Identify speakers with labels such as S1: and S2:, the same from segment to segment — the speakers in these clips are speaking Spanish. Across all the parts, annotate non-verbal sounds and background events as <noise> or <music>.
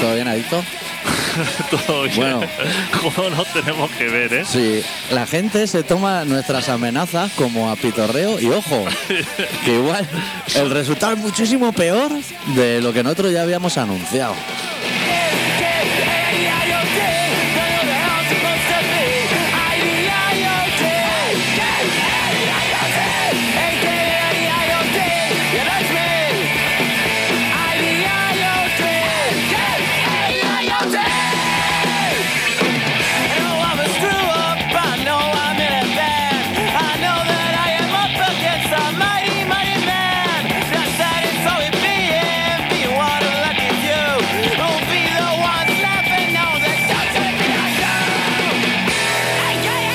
S1: ¿Todo bien, Adicto?
S2: Todo bien.
S1: Bueno.
S2: <laughs> Cómo nos tenemos que ver, ¿eh?
S1: Sí. La gente se toma nuestras amenazas como a pitorreo y <laughs> ojo, que igual el resultado es muchísimo peor de lo que nosotros ya habíamos anunciado.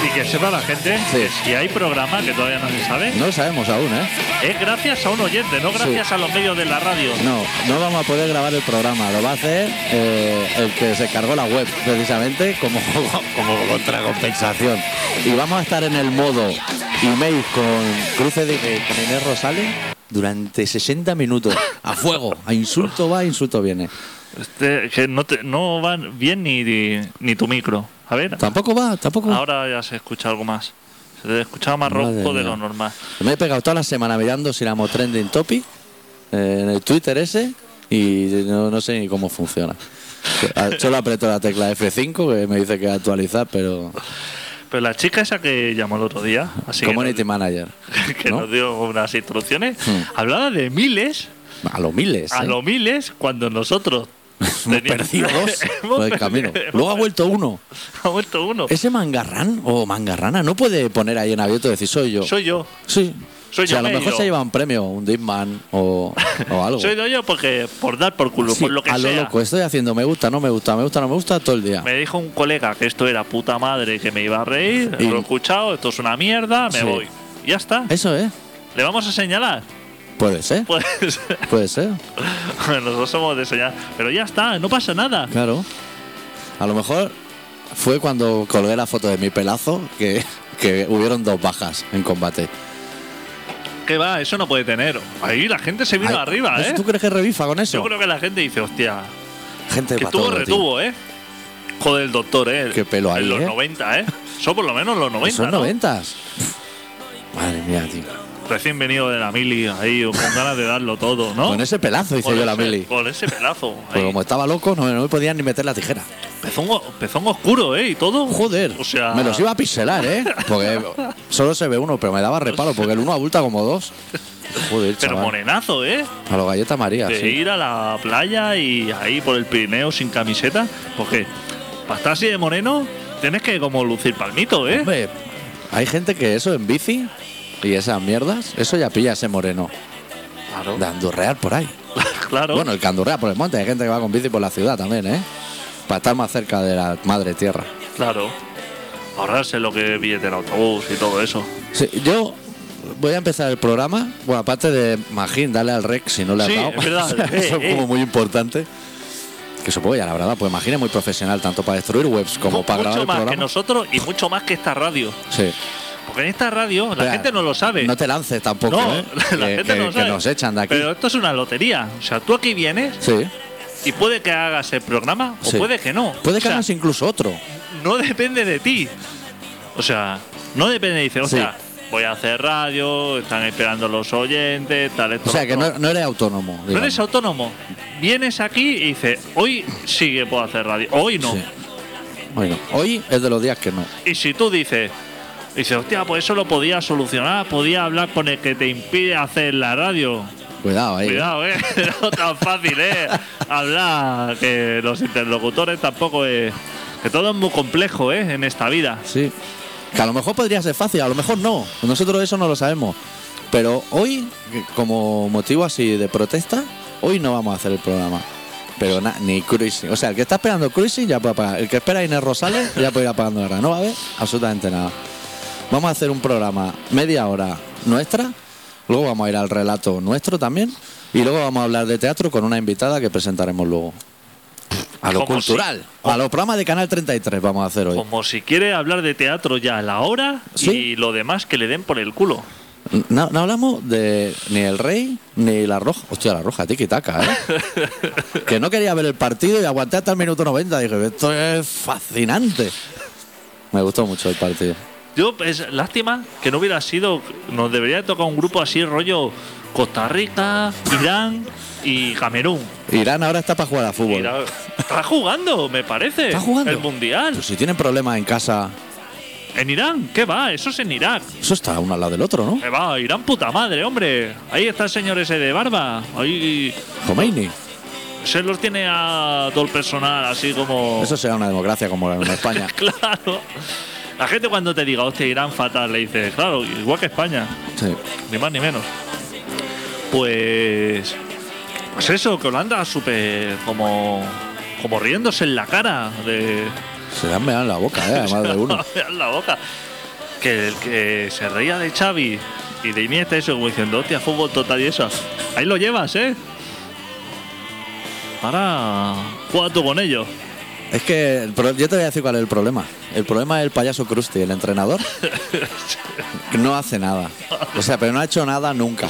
S2: Y que sepa la gente
S1: Sí.
S2: que si hay programa que todavía no se sabe,
S1: No lo sabemos aún, ¿eh?
S2: es gracias a un oyente, no gracias a los medios de la radio.
S1: No, no vamos a poder grabar el programa. Lo va a hacer eh, el que se cargó la web, precisamente, como, <laughs> como contracompensación. Y vamos a estar en el modo email con cruce de con Inés Rosales durante 60 minutos. A fuego. A insulto va, a insulto viene.
S2: Este, que no, te- no va bien ni, ni, ni tu micro. A ver,
S1: Tampoco va, tampoco va.
S2: ahora ya se escucha algo más. Se te escuchaba más
S1: Madre
S2: rojo de
S1: mía.
S2: lo normal.
S1: Me he pegado toda la semana mirando si éramos trending topic eh, en el Twitter ese y no, no sé ni cómo funciona. Ah, Solo aprieto la tecla F5 que me dice que actualizar, pero
S2: Pero la chica esa que llamó el otro día, así que,
S1: Community
S2: nos,
S1: Manager.
S2: <laughs> que
S1: ¿no?
S2: nos dio unas instrucciones,
S1: Hmm.
S2: hablaba de miles,
S1: A los miles.
S2: a
S1: ¿eh?
S2: los miles, cuando nosotros
S1: <laughs> Hemos
S2: teníamos-
S1: perdido
S2: <laughs>
S1: dos
S2: hemos
S1: por el
S2: perdido-
S1: camino. Luego ha vuelto uno.
S2: Ha vuelto uno.
S1: Ese mangarrán o mangarrana no puede poner ahí en abierto y decir soy yo.
S2: Soy yo.
S1: sí.
S2: soy
S1: O sea,
S2: yo,
S1: a lo
S2: me he
S1: mejor
S2: ido.
S1: se lleva un premio, un Disman o,
S2: <laughs>
S1: o algo.
S2: Soy yo porque por dar por culo,
S1: Sí,
S2: por lo que
S1: a lo
S2: sea.
S1: loco, eh. estoy haciendo me gusta, no me gusta, me gusta, no me gusta todo el día.
S2: Me dijo un colega que esto era puta madre, que me iba a reír,
S1: Y-
S2: lo he escuchado, esto es una mierda, me
S1: Sí. Eh.
S2: voy. Ya está.
S1: Eso es.
S2: ¿Le vamos a señalar? <laughs>
S1: Puede ser,
S2: Pues <laughs>
S1: puede ser,
S2: nosotros somos de señalar. Pero ya está, no pasa nada.
S1: claro. A lo mejor fue cuando colgué la foto de mi pelazo que, que hubieron dos bajas en combate.
S2: ¿Qué va? Eso no puede tener. Ahí la gente se vino
S1: Ay,
S2: arriba,
S1: ¿eso
S2: ¿eh?
S1: ¿Tú crees que revifa con eso?
S2: Yo creo que la gente dice, hostia,
S1: Gente
S2: que
S1: pa'
S2: tuvo
S1: todo, tío.
S2: retuvo, ¿eh? Joder, el doctor, ¿eh?
S1: Qué pelo hay,
S2: En los
S1: ¿eh?
S2: 90, ¿eh? Son por lo menos los 90,
S1: Son
S2: ¿no?
S1: noventas. Madre mía, tío.
S2: Recién venido de la mili, ahí, con ganas de darlo todo, ¿no?
S1: Con ese pelazo hice
S2: Con
S1: yo la
S2: ese-
S1: mili.
S2: Con ese
S1: <laughs>
S2: pelazo.
S1: Porque
S2: ahí.
S1: como estaba loco, no, no me podían ni meter la tijera.
S2: Pezón, o- pezón oscuro, ¿eh? Y todo.
S1: Joder,
S2: O sea,
S1: me los iba a pixelar, ¿eh? Porque solo se ve uno, pero me daba reparo, porque el uno abulta como dos. Joder,
S2: Pero
S1: chaval.
S2: morenazo, ¿eh?
S1: A los galleta María,
S2: De
S1: sí.
S2: ir a la playa y ahí por el Pirineo sin camiseta. Porque para estar así de moreno, tienes que como lucir palmito, ¿eh?
S1: Hombre, hay gente que eso en bici y esas mierdas, eso ya pilla ese moreno.
S2: Claro.
S1: De andurrear por ahí.
S2: <laughs> claro.
S1: Bueno, el que andurrea por el monte, hay gente que va con bici por la ciudad también, ¿eh? Para estar más cerca de la madre tierra.
S2: Claro. Ahorrarse lo que es billete del autobús y todo eso.
S1: Sí, yo voy a empezar el programa. Bueno, aparte de Magín, dale al rec si no le has
S2: Sí,
S1: dado.
S2: es verdad.
S1: O sea,
S2: Eh,
S1: <laughs> Eso es
S2: eh.
S1: como muy importante. Que supongo ya, la verdad, pues Magín es muy profesional, tanto para destruir webs como
S2: Mu-
S1: para grabar
S2: mucho
S1: el
S2: más
S1: programa.
S2: que nosotros y mucho más que esta radio.
S1: Sí.
S2: Porque en esta radio la
S1: Espera,
S2: gente no lo sabe.
S1: No te lances tampoco,
S2: No,
S1: ¿eh?
S2: <laughs> la
S1: que,
S2: gente
S1: que-
S2: no lo
S1: que
S2: sabe.
S1: nos echan de aquí.
S2: Pero esto es una lotería. O sea, tú aquí vienes
S1: Sí.
S2: y puede que hagas el programa o
S1: Sí.
S2: puede que no.
S1: Puede
S2: O
S1: que
S2: sea,
S1: hagas incluso otro.
S2: no depende de ti. O sea, no depende, dice, o
S1: Sí.
S2: sea, voy a hacer radio, están esperando los oyentes, tal, esto.
S1: O sea,
S2: lo
S1: que
S2: otro".
S1: no, no eres autónomo.
S2: No
S1: digamos.
S2: eres autónomo. Vienes aquí y dices, hoy sí que puedo hacer radio, hoy no.
S1: Sí. Bueno, hoy es de los días que no.
S2: Y si tú dices, dices, hostia, pues eso lo podía solucionar, podía hablar con el que te impide hacer la radio.
S1: Cuidado ahí. ¿eh?
S2: Cuidado, eh, <laughs> no tan fácil, eh, hablar, que los interlocutores tampoco es Que todo es muy complejo, ¿eh? En esta vida.
S1: Sí. Que a lo mejor podría ser fácil, a lo mejor no. Nosotros eso no lo sabemos. Pero hoy, que- como motivo así de protesta, hoy no vamos a hacer el programa. Pero na- ni cruising. O sea, el que está esperando cruising ya puede pagar. El que espera a Inés Rosales ya puede ir apagando ahora. No va a haber absolutamente nada. Vamos a hacer un programa media hora nuestra. Luego vamos a ir al relato nuestro también. Y luego vamos a hablar de teatro con una invitada que presentaremos luego. A lo
S2: Como si-
S1: cultural. A los programas de Canal 33 vamos a hacer hoy.
S2: Como si quiere hablar de teatro ya a la hora
S1: Sí.
S2: y lo demás que le den por el culo.
S1: No, no hablamos de ni el rey ni la roja. Hostia, la roja, tiki taca, ¿eh?
S2: <laughs>
S1: que no quería ver el partido y aguanté hasta el minuto 90. Dije, esto es fascinante. Me gustó mucho el partido.
S2: Yo, es lástima que no hubiera sido. Nos debería tocar un grupo así, rollo Costa Rica, Irán y Camerún.
S1: Irán ahora está para jugar a fútbol.
S2: Irán- Está jugando, me parece.
S1: ¿Está jugando? Pues
S2: El mundial.
S1: Pero si tienen problemas en casa,
S2: ¿En Irán? ¿Qué va? Eso es en Irak.
S1: eso está uno al lado del otro, ¿no?
S2: Que va, Irán puta madre, hombre. Ahí está el señor ese de barba. Ahí
S1: Khomeini.
S2: se los tiene a todo el personal así como.
S1: Eso será una democracia como en España.
S2: <laughs> Claro. La gente cuando te diga, hostia, Irán fatal, le dices, claro, igual que España,
S1: Sí.
S2: ni más ni menos. Pues. Pues eso, que Holanda súper como. como riéndose en la cara de.
S1: Se le han meado en la boca, ¿eh? Además de uno.
S2: <laughs> en la boca. Que el que se reía de Xavi y de Iniesta, eso, como diciendo, hostia, fútbol total y eso. Ahí lo llevas, ¿eh? Ahora. juega tú con ellos.
S1: Es que el pro- yo te voy a decir cuál es el problema. El problema es el payaso Krusty, el entrenador. que no hace nada. O sea, pero no ha hecho nada nunca.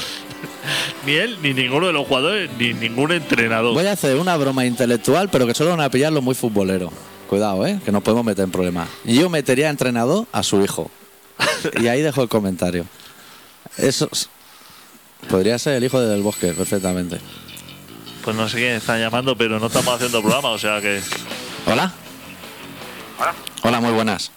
S2: Ni él, ni ninguno de los jugadores, ni ningún entrenador.
S1: Voy a hacer una broma intelectual, pero que solo van a pillarlo muy futbolero. Cuidado, ¿eh? Que nos podemos meter en problemas. Yo metería a entrenador a su hijo. Y ahí dejo el comentario. Eso es- podría ser el hijo de del bosque, perfectamente.
S2: Pues no sé quién está llamando, pero no estamos haciendo programa, o sea que.
S1: Hola.
S3: Hola.
S1: Hola, muy buenas.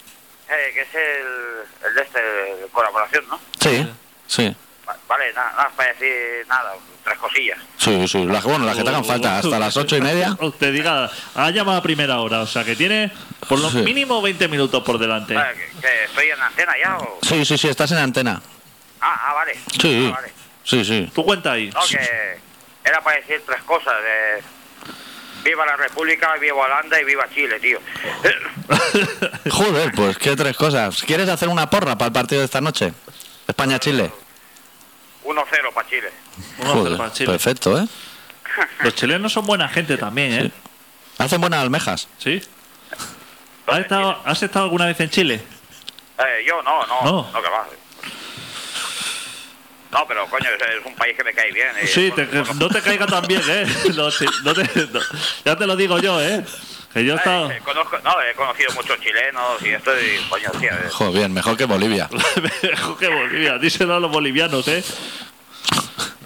S3: Eh, que es el, el de este, de colaboración, ¿no?
S1: Sí, sí.
S3: Va- Vale, nada, nada para decir nada, tres cosillas.
S1: Sí, sí. Las- bueno, las que te hagan falta hasta las ocho y media.
S2: <laughs> Te diga, ha llamado a primera hora, o sea que tiene por lo
S1: Sí.
S2: mínimo 20 minutos por delante.
S3: Vale, que, que estoy en la antena ya o...
S1: Sí, sí, sí, estás en antena.
S3: Ah, ah, vale.
S1: Sí,
S3: Ah, vale.
S1: sí, sí.
S2: Tú cuenta ahí.
S3: No, que era para decir tres cosas de... Viva la República, viva Holanda y viva Chile, tío. <coughs>
S1: Joder, pues qué tres cosas. ¿Quieres hacer una porra para el partido de esta noche? España-Chile.
S3: 1-0 para Chile.
S2: Uno
S1: Joder,
S2: para Chile.
S1: perfecto, ¿eh?
S2: Los chilenos son buena gente también, ¿eh?
S1: Hacen buenas almejas.
S2: Sí. ¿Has estado, has estado alguna vez en Chile?
S3: Eh, yo no, no,
S2: No.
S3: no, que va. No, pero coño, es, es un país que me cae bien. eh,
S2: Sí, te-
S3: con-
S2: que
S3: con-
S2: no te caiga tan bien, ¿eh? <laughs> No, sí, no te- no. ya te lo digo yo, ¿eh? Que yo he
S3: Eh,
S2: estado. <laughs>
S3: eh, conozco- no, he conocido muchos chilenos y esto, y coño, tío, eh,
S1: Joder, mejor que Bolivia.
S2: Mejor que Bolivia, díselo a los bolivianos, ¿eh?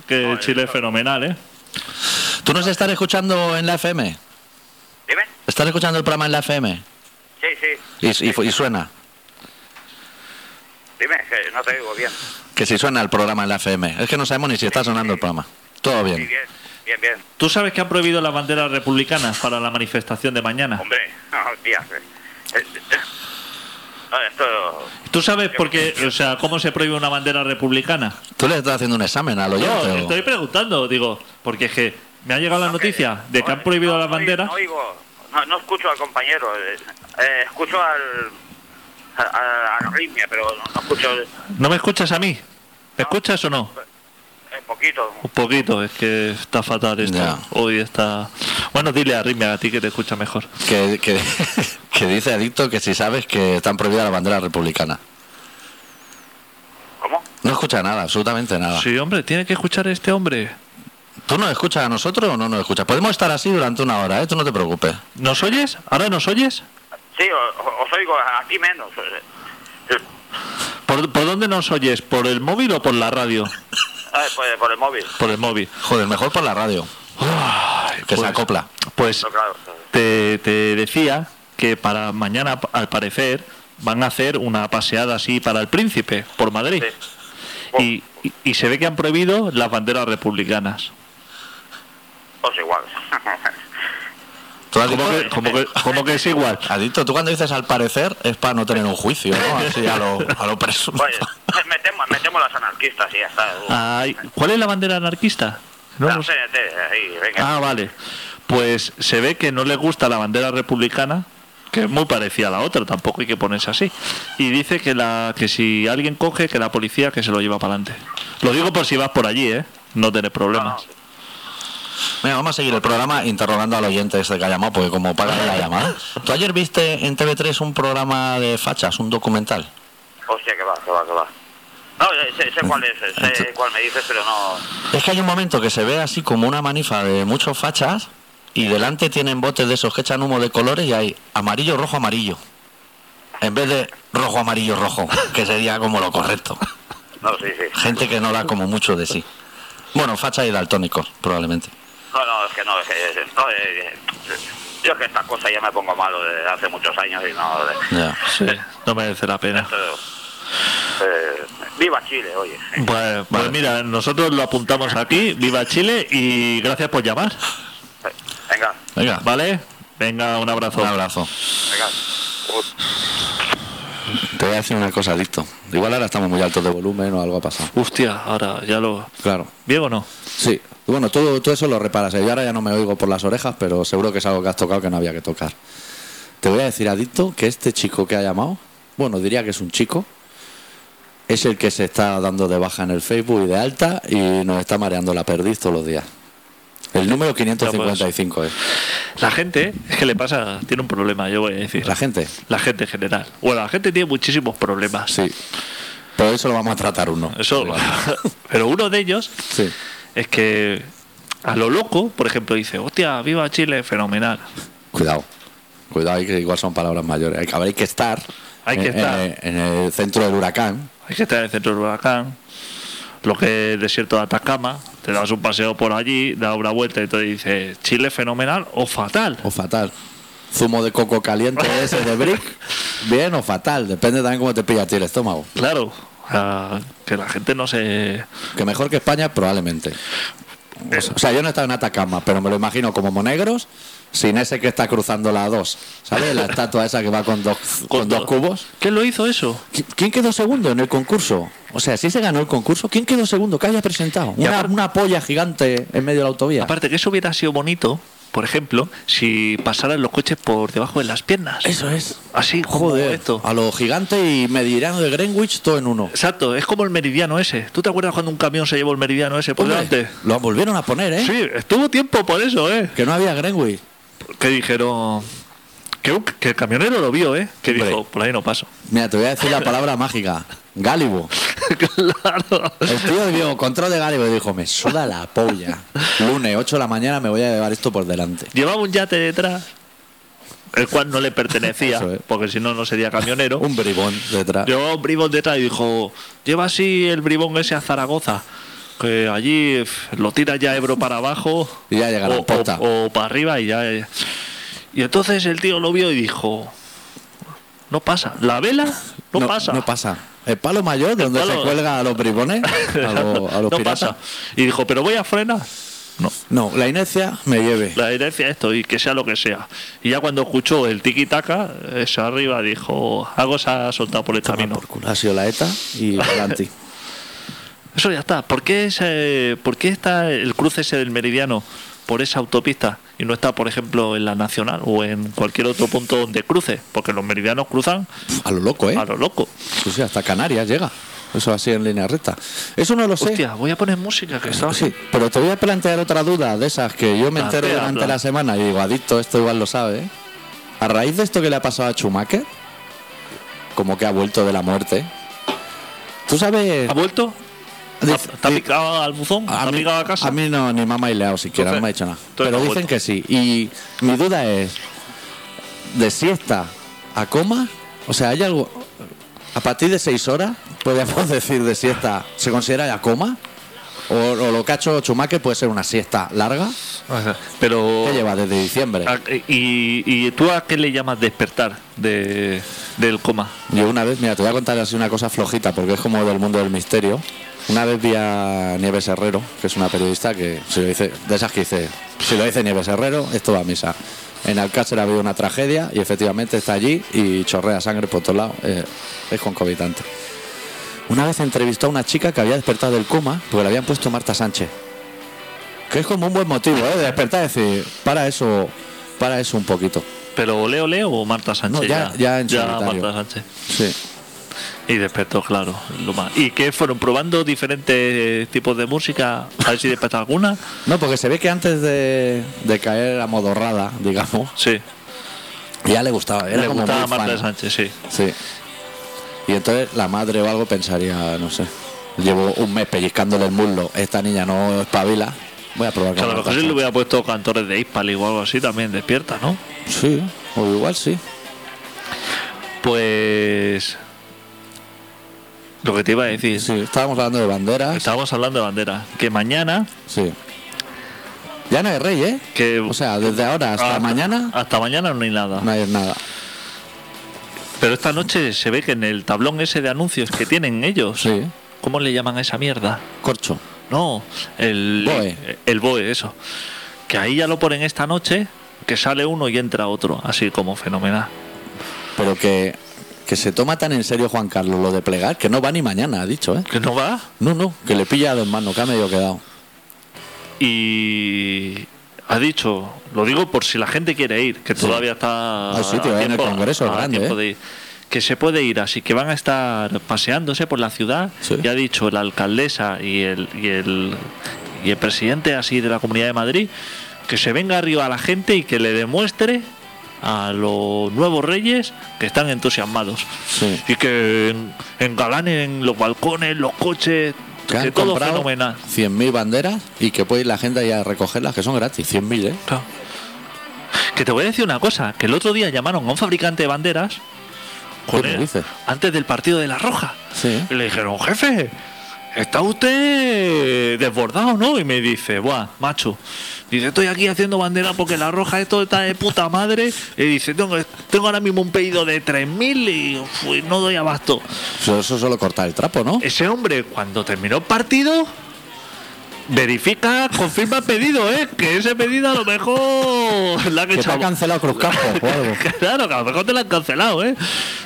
S2: Que Chile es fenomenal, ¿eh?
S1: ¿Tú nos estás escuchando en la FM?
S3: Dime.
S1: ¿Estás escuchando el programa en la FM?
S3: Sí,
S1: Y,
S3: sí.
S1: y- y suena.
S3: Dime, que no te digo bien.
S1: Que si suena el programa en la FM. Es que no sabemos ni si está sonando el programa. Todo
S3: Sí,
S1: bien.
S3: bien, bien, bien.
S2: ¿Tú sabes que han prohibido las banderas republicanas para la manifestación de mañana?
S3: Hombre, hostia. eh, eh, eh. No, esto.
S2: ¿Tú sabes por qué, o sea, cómo se prohíbe una bandera republicana?
S1: ¿Tú le estás haciendo un examen al
S2: Yo
S1: oyente? o-
S2: estoy preguntando, digo, porque es que me ha llegado la
S3: no,
S2: noticia de que
S3: no,
S2: han prohibido
S3: no,
S2: las
S3: no oigo-
S2: banderas.
S3: No, oigo, no, no escucho al compañero. eh, eh, escucho al. A, a- a la arritmia, pero no, no escucho eh, el-
S2: ¿No me escuchas a mí? ¿Me escuchas o no?
S3: el poquito.
S2: Un poquito, es que está fatal esto.
S1: Ya.
S2: Hoy está... Bueno, dile a Rimia, a ti que te escucha mejor.
S1: Que, que, <laughs> que dice Adicto que si sabes que están prohibidas las banderas republicanas.
S3: ¿Cómo?
S1: No escucha nada, absolutamente nada.
S2: Sí, hombre, tiene que escuchar este hombre.
S1: ¿Tú nos escuchas a nosotros o no nos escuchas? Podemos estar así durante una hora, ¿eh? Tú no te preocupes.
S2: ¿Nos oyes? ¿Ahora nos oyes?
S3: Sí, o- o- os oigo, a ti menos. eh, eh,
S2: ¿Por, por dónde nos oyes? ¿Por el móvil o por la radio?
S3: eh, por, por el móvil.
S2: Por
S1: <laughs>
S2: el móvil.
S1: Joder, mejor por la radio,
S2: Ay,
S1: que se
S2: pues-
S1: acopla.
S2: Pues
S3: No, claro.
S2: te, te decía que para mañana, al parecer, van a hacer una paseada así para el príncipe por Madrid.
S3: Sí.
S2: Y, y- y se ve que han prohibido
S3: <laughs>
S2: las banderas republicanas.
S3: Pues igual.
S1: Tú has
S2: Como
S1: dicho-
S2: que, como que- como que es igual.
S1: Adicto, tú cuando dices al parecer es para no tener un juicio,
S2: <laughs>
S1: ¿no? Así a lo, a lo presunto.
S3: Oye, metemos, metemos las anarquistas y ya está.
S2: Ay, ¿Cuál es la bandera anarquista? No
S3: La
S2: lo sé.
S3: CNT, ahí, venga.
S2: Ah, vale. Pues se ve que no le gusta la bandera republicana, que es muy parecida a la otra, tampoco hay que ponerse así. Y dice que la que si alguien coge, que la policía que se lo lleva para adelante. Lo digo por si vas por allí, ¿eh? No tenés
S3: Ah,
S2: problemas.
S1: Mira, vamos a seguir el programa interrogando al oyente este que ha llamado, porque como paga
S2: <laughs>
S1: la llamada. ¿Tú ayer viste en TV3 un programa de fachas, un documental?
S3: Hostia, que va, que va, que va. No, sé, sé cuál es, sé cuál me dices, pero no.
S1: Es que hay un momento que se ve así como una manifa de muchos fachas y delante tienen botes de esos que echan humo de colores y hay amarillo, rojo, amarillo. En vez de rojo, amarillo, rojo, que sería como lo correcto.
S3: No, sí, sí.
S1: Gente que no da como mucho de sí. Bueno, fachas y daltónicos, probablemente.
S3: No, no, es que no, es que. es- no, eh, yo es que esta cosa ya me pongo malo desde hace muchos años y no. de-
S1: Ya.
S2: Sí, Eh, no merece la pena.
S3: pero, eh, viva Chile, oye.
S2: Pues, pues mira, nosotros lo apuntamos aquí. Viva Chile y gracias por llamar.
S3: Venga,
S1: Venga,
S2: ¿Vale? Venga, un abrazo.
S1: un abrazo.
S3: venga. Uy.
S1: Te voy a decir una cosa, listo. Igual ahora estamos muy altos de volumen o algo ha pasado.
S2: Hostia, ahora ya lo.
S1: Claro.
S2: ¿Bien o no?
S1: Sí. Bueno, todo, todo eso lo reparas. ¿eh? Yo ahora ya no me oigo por las orejas, pero seguro que es algo que has tocado que no había que tocar. Te voy a decir, Adicto, que este chico que ha llamado, bueno, diría que es un chico, es el que se está dando de baja en el Facebook y de alta y nos está mareando la perdiz todos los días. El número 555 es.
S2: La gente, es que le pasa, tiene un problema, yo voy a decir.
S1: La gente.
S2: La gente en general. Bueno, la gente tiene muchísimos problemas.
S1: Sí. Pero eso lo vamos a tratar uno.
S2: Eso, <laughs> pero uno de ellos
S1: Sí.
S2: es que a lo loco, por ejemplo, dice, hostia, viva Chile, fenomenal.
S1: Cuidado. Cuidado, ahí que igual son palabras mayores. Hay que, habrá que estar,
S2: Hay que
S1: en-
S2: estar.
S1: en el- en el centro del huracán.
S2: Hay que estar en el centro del huracán, lo que es desierto de Atacama, te das un paseo por allí, das una vuelta y te dice, Chile fenomenal o fatal.
S1: o fatal. Zumo de coco caliente ese de brick, bien o fatal, depende también cómo te pilla a ti el estómago.
S2: Claro, ah, que la gente no se...
S1: Que mejor que España, probablemente. O sea, o sea, yo no he estado en Atacama, pero me lo imagino como monegros, sin ese que está cruzando la 2, ¿sabes? La estatua esa que va con dos, con dos cubos.
S2: ¿Quién lo hizo eso?
S1: ¿Qui- ¿Quién quedó segundo en el concurso? O sea, si se ganó el concurso, ¿quién quedó segundo? ¿Qué había presentado?
S2: Y
S1: Una,
S2: aparte-
S1: una polla gigante en medio de la autovía.
S2: Aparte que eso hubiera sido bonito, por ejemplo, si pasaran los coches por debajo de las piernas.
S1: Eso es.
S2: Así, joder.
S1: Joder,
S2: Esto.
S1: a los gigantes y mediano de Greenwich todo en uno.
S2: Exacto, es como el meridiano ese. ¿Tú te acuerdas cuando un camión se llevó el meridiano ese por
S1: Hombre,
S2: delante?
S1: lo volvieron a poner, ¿eh?
S2: Pues Sí, estuvo tiempo por eso, ¿eh?
S1: Que no había Greenwich.
S2: Que dijeron... Que, un- que el camionero lo vio, ¿eh? Que
S1: Hombre.
S2: dijo, por ahí no paso.
S1: Mira, te voy a decir la palabra mágica. Gálibo.
S2: <laughs> claro.
S1: El tío vio control de Gálibo y dijo, me suda la polla. Lunes, 8 de la mañana, me voy a llevar esto por delante.
S2: Llevaba un yate detrás, el cual no le pertenecía,
S1: Eso es.
S2: porque si no, no sería camionero.
S1: Un bribón detrás.
S2: Llevaba un bribón detrás y dijo, lleva así el bribón ese a Zaragoza, que allí f, lo tira ya Ebro para abajo.
S1: Y ya llegará
S2: o,
S1: en posta".
S2: o- o para arriba y ya... Y entonces el tío lo vio y dijo, no pasa, la vela no, pasa.
S1: No pasa. El palo mayor, donde
S2: palo-
S1: se cuelga a los
S2: <laughs>
S1: bribones, a, lo- a los
S2: No
S1: piratas.
S2: pasa. Y dijo, pero voy a frenar. No,
S1: No, la inercia me lleve.
S2: la herencia es esto y que sea lo que sea. Y ya cuando escuchó el tiki-taka, eso arriba dijo, algo se ha soltado por el camino.
S1: Por culo, ha sido la ETA y
S2: <laughs>
S1: Galanti.
S2: Eso ya está. ¿Por qué, ese- por qué está el cruce ese del meridiano por esa autopista y no está, por ejemplo, en la nacional o en cualquier otro punto donde cruce? Porque los meridianos cruzan
S1: A lo loco, ¿eh?
S2: a lo loco.
S1: Sí, sí, hasta Canarias llega. Eso así en línea recta. Eso no lo sé.
S2: Hostia, voy a poner música que está.
S1: Sí, pero te voy a plantear otra duda de esas que yo me entero
S2: Plantea,
S1: durante
S2: plan-
S1: la semana y digo, adicto, esto igual lo sabe. ¿eh? A raíz de esto que le ha pasado a Schumacher, como que ha vuelto de la muerte, tú sabes.
S2: ¿Ha vuelto?
S1: dice-
S2: ¿Está
S1: di-
S2: picado al buzón?
S1: a
S2: ¿Está
S1: mí-
S2: picado a casa?
S1: a mí no, ni me ha maileado siquiera, no me ha dicho nada.
S2: entonces
S1: Pero
S2: no ha
S1: dicen
S2: vuelto.
S1: que sí. Y mi duda es: ¿de siesta a coma? O sea, ¿hay algo.? ¿A partir de seis horas podríamos <laughs> decir de siesta se considera ya coma? ¿O, o lo que ha hecho Schumacher puede ser una siesta larga?
S2: Pero...
S1: ¿Qué lleva desde diciembre?
S2: Ah, ¿Y, y tú a qué le llamas despertar de, del coma?
S1: Yo una vez, mira, te voy a contar así una cosa flojita, porque es como del mundo del misterio. Una vez vi a Nieves Herrero, que es una periodista que si lo dice, de esas que dice, si lo dice Nieves Herrero, esto va a misa. En Alcácer ha habido una tragedia y efectivamente está allí y chorrea sangre por todos lados. eh, es concomitante. Una vez entrevistó a una chica que había despertado del coma porque le habían puesto Marta Sánchez. Que es como un buen motivo, ¿eh? De despertar, es decir, para eso, para eso un poquito.
S2: ¿Pero Leo Leo o Marta Sánchez?
S1: No, ya- ya en solitario.
S2: Marta Sánchez.
S1: Sí.
S2: Y despertó, claro. Lo más. ¿Y qué fueron probando diferentes tipos de música? A ver si despertó alguna.
S1: No, porque se ve que antes de, de caer amodorrada, digamos,
S2: Sí.
S1: ya le gustaba. Era
S2: Le
S1: como
S2: gustaba
S1: muy fan.
S2: Marta Sánchez, sí.
S1: Sí. Y entonces la madre o algo pensaría, no sé, llevo un mes pellizcándole el muslo, esta niña no espabila, voy a probar
S2: Que a
S1: con
S2: lo
S1: Marta
S2: mejor si le
S1: Sánchez.
S2: hubiera puesto cantores de Hispali o algo así, también despierta, ¿no?
S1: Sí, o igual sí.
S2: Pues. Lo que te iba a decir.
S1: Sí, estábamos hablando de banderas.
S2: Estábamos hablando de bandera. Que mañana.
S1: Sí. Ya no hay rey, ¿eh?
S2: Que
S1: O sea, desde ahora hasta mañana
S2: Hasta mañana no hay nada.
S1: no hay nada.
S2: Pero esta noche se ve que en el tablón ese de anuncios que tienen ellos.
S1: Sí.
S2: ¿Cómo le llaman a esa mierda?
S1: Corcho.
S2: No, el
S1: Boe.
S2: El BOE, eso. Que ahí ya lo ponen esta noche, que sale uno y entra otro, así como fenomenal.
S1: Pero que, que se toma tan en serio Juan Carlos lo de plegar, que no va ni mañana, ha dicho, ¿eh?
S2: Que no va
S1: No, no, que le pilla a dos manos, que ha medio quedado.
S2: y ha dicho, lo digo por si la gente quiere ir, que todavía está
S1: Hay sitio,
S2: a
S1: ¿eh? en el
S2: tiempo-
S1: Congreso,
S2: a
S1: grande,
S2: tiempo
S1: ¿eh?
S2: de ir, que se puede ir, así que van a estar paseándose por la ciudad.
S1: Sí.
S2: Ya ha dicho la alcaldesa y el, y el y el presidente así de la Comunidad de Madrid que se venga arriba a la gente y que le demuestre a los nuevos reyes que están entusiasmados
S1: Sí.
S2: y que en- engalanen los balcones, los coches,
S1: Que han
S2: que todo
S1: comprado
S2: fenomenal.
S1: 100.000 banderas y que puede ir la gente ahí a recogerlas, que son gratis. 100.000, ¿eh?
S2: Claro. Que te voy a decir una cosa, que el otro día llamaron a un fabricante de banderas
S1: ¿Qué me
S2: él,
S1: dices?
S2: antes del partido de la Roja.
S1: Sí.
S2: Y le dijeron, jefe, ¿está usted desbordado, no? Y me dice, buah, macho. Dice, estoy aquí haciendo bandera porque la roja esto está de puta madre. Y dice, tengo, tengo ahora mismo un pedido de 3.000 y uf, no doy abasto.
S1: Eso, eso solo cortar el trapo, ¿no?
S2: Ese hombre, cuando terminó el partido, verifica, confirma el pedido, ¿eh? Que ese pedido a lo mejor la
S1: Que
S2: que
S1: te ha
S2: echaba-
S1: cancelado Cruz Campo o
S2: <laughs>
S1: algo.
S2: Claro, que a lo mejor te la han cancelado, ¿eh?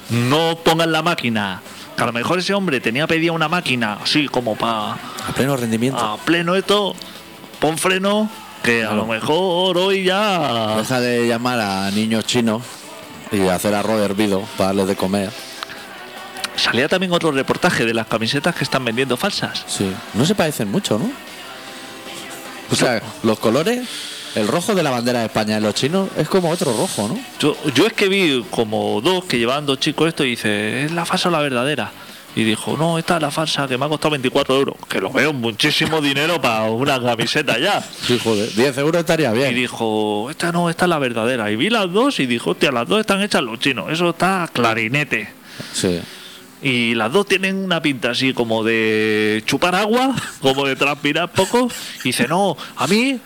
S2: No pongas la máquina. Que a lo mejor ese hombre tenía pedida una máquina así como para
S1: A pleno rendimiento.
S2: a pleno esto. Pon freno, que a lo mejor hoy ya.
S1: Deja de llamar a niños chinos y hacer arroz hervido para darles de comer.
S2: Salía también otro reportaje de las camisetas que están vendiendo falsas.
S1: Sí. No se parecen mucho, ¿no? O sea, los colores, el rojo de la bandera de España en los chinos es como otro rojo, ¿no?
S2: Yo, yo es que vi como dos que llevaban dos chicos esto y dice, ¿es la falsa o la verdadera? Y dijo, no, esta es la falsa que me ha costado 24 euros. Que lo veo muchísimo dinero para una camiseta ya.
S1: Sí, joder. 10 euros estaría
S2: Y
S1: bien.
S2: dijo, esta no, esta es la verdadera. Y vi las dos y dijo, hostia, las dos están hechas los chinos. Eso está clarinete.
S1: Sí.
S2: Y las dos tienen una pinta así como de chupar agua, <laughs> como de transpirar poco. Y dice, no, a mí,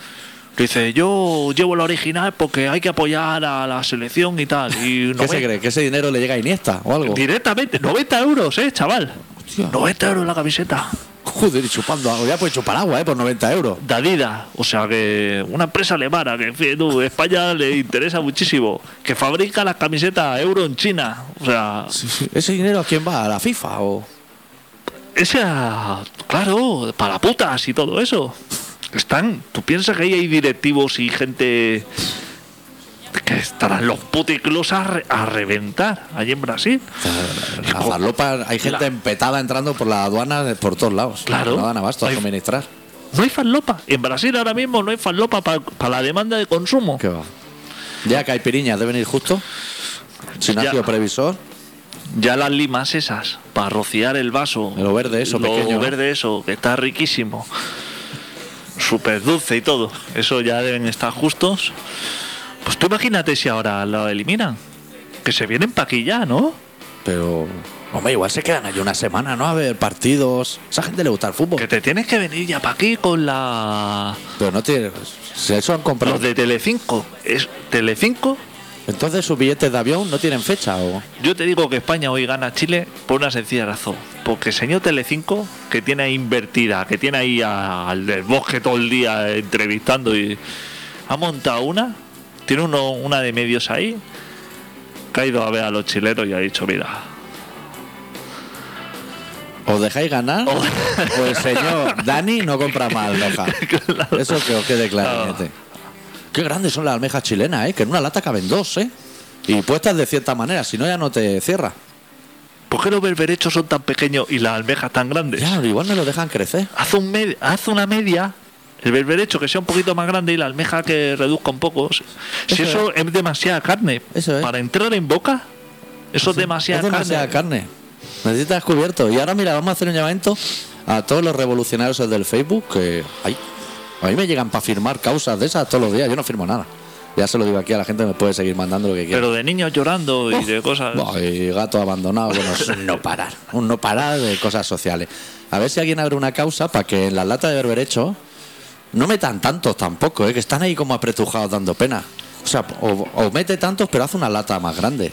S2: dice, yo llevo la original porque hay que apoyar a la selección y tal.
S1: <laughs>
S2: Y
S1: ¿Qué se
S2: noven-
S1: cree? ¿Que ese dinero le llega a Iniesta o algo?
S2: Directamente, 90 euros, eh, chaval.
S1: Hostia.
S2: 90 euros la camiseta.
S1: Joder, y chupando agua. Ya puedes chupar agua, ¿eh? Por 90 euros.
S2: Dadida, o sea que una empresa alemana que en fin, tú, España le interesa muchísimo, que fabrica las camisetas a euro en China, o sea,
S1: ¿Ese dinero a quién va? ¿A la FIFA o...?
S2: esa, claro, para putas y todo eso. Están, tú piensas que ahí hay directivos y gente que estarán los puticlos a, re- a reventar allí en Brasil.
S1: Eh, La farlopa, hay gente
S2: La-
S1: empetada entrando por la aduana de- por todos lados.
S2: Claro.
S1: No dan abasto a
S2: Hay-
S1: suministrar.
S2: No hay fanlopa, en Brasil ahora mismo no hay fanlopa para la demanda de consumo.
S1: ¿Qué va? Ya que hay piriñas, deben ir justo. Sin
S2: Ya.
S1: ácido previsor.
S2: Ya las limas esas, para rociar el vaso.
S1: Lo verde eso,
S2: Lo
S1: pequeño, ¿no?
S2: verde eso, que está riquísimo. Súper dulce y todo. Eso ya deben estar justos. Pues tú imagínate si ahora lo eliminan. Que se vienen pa' aquí ya, ¿no?
S1: Pero... Hombre, igual se quedan allí una semana, ¿no? A ver partidos. A esa gente le gusta el fútbol.
S2: Que te tienes que venir ya pa' aquí con la...
S1: Pero no tiene... Si eso han comprado...
S2: Los de Telecinco. Es Telecinco.
S1: Entonces sus billetes de avión no tienen fecha o...
S2: Yo te digo que España hoy gana a Chile por una sencilla razón. Porque señor Telecinco, que tiene ahí invertida, que tiene ahí a- al del bosque todo el día entrevistando y ha montado una Tiene uno, una de medios ahí. Que ha ido a ver a los chilenos y ha dicho, mira,
S1: ¿Os dejáis ganar?
S2: Oh.
S1: o el señor Dani no compra más almeja. <laughs> Eso que os quede claro,
S2: Claro.
S1: gente. Qué grandes son las almejas chilenas, ¿eh? Que en una lata caben dos, ¿eh? Y puestas de cierta manera, si no ya no te cierra.
S2: ¿por qué los berberechos son tan pequeños y las almejas tan grandes?
S1: Ya, igual no lo dejan crecer.
S2: Haz, un med- haz una media, el berberecho que sea un poquito más grande y la almeja que reduzca un poco. Si si
S1: Eso
S2: eso es demasiada carne,
S1: Eso es.
S2: para entrar en boca, eso es demasiada,
S1: es demasiada carne. Necesitas cubierto. Y ahora mira, vamos a hacer un llamamiento a todos los revolucionarios del Facebook que ay, a mí me llegan para firmar causas de esas todos los días. Yo no firmo nada. Ya se lo digo aquí a la gente, me puede seguir mandando lo que quiera.
S2: Pero de niños llorando y de cosas.
S1: Buah, y gato abandonado, bueno, es un no parar, un no parar de cosas sociales. A ver si alguien abre una causa para que en las latas de berberecho no metan tantos tampoco, ¿eh? que están ahí como apretujados dando pena. O sea, o, o mete tantos, pero hace una lata más grande.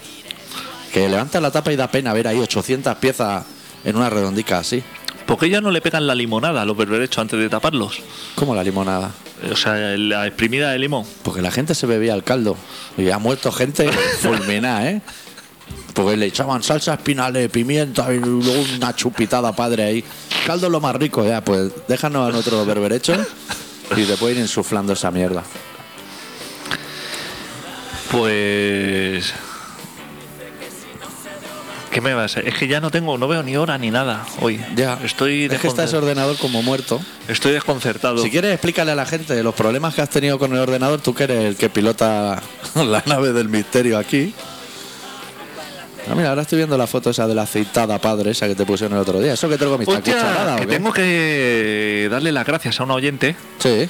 S1: Que levanta la tapa y da pena ver ahí 800 piezas en una redondica así,
S2: ¿Por qué ya no le pegan la limonada a los berberechos antes de taparlos?
S1: como la limonada.
S2: O sea, la exprimida de limón.
S1: Porque la gente se bebía el caldo. Y ha muerto
S2: <laughs>
S1: gente fulminada, ¿eh? Porque le echaban salsa, espinales, pimienta y luego una chupitada padre ahí. Caldo es lo más rico, ya, pues déjanos a nuestro berberecho y te pueden ir insuflando esa mierda.
S2: Pues. ¿Qué me va a hacer? Es que ya no tengo, no veo ni hora ni nada hoy.
S1: Ya.
S2: Estoy,
S1: Es que está
S2: desconcer-
S1: ese ordenador como muerto.
S2: Estoy desconcertado.
S1: Si quieres, explícale a la gente los problemas que has tenido con el ordenador. Tú que eres el que pilota <laughs> la nave del misterio aquí. Ah, mira, ahora estoy viendo la foto esa de la aceitada padre, esa que te pusieron el otro día. Eso que tengo con mis
S2: Hostia,
S1: tacucharadas, ¿o
S2: que
S1: qué?
S2: tengo que darle las gracias a una oyente
S1: Sí,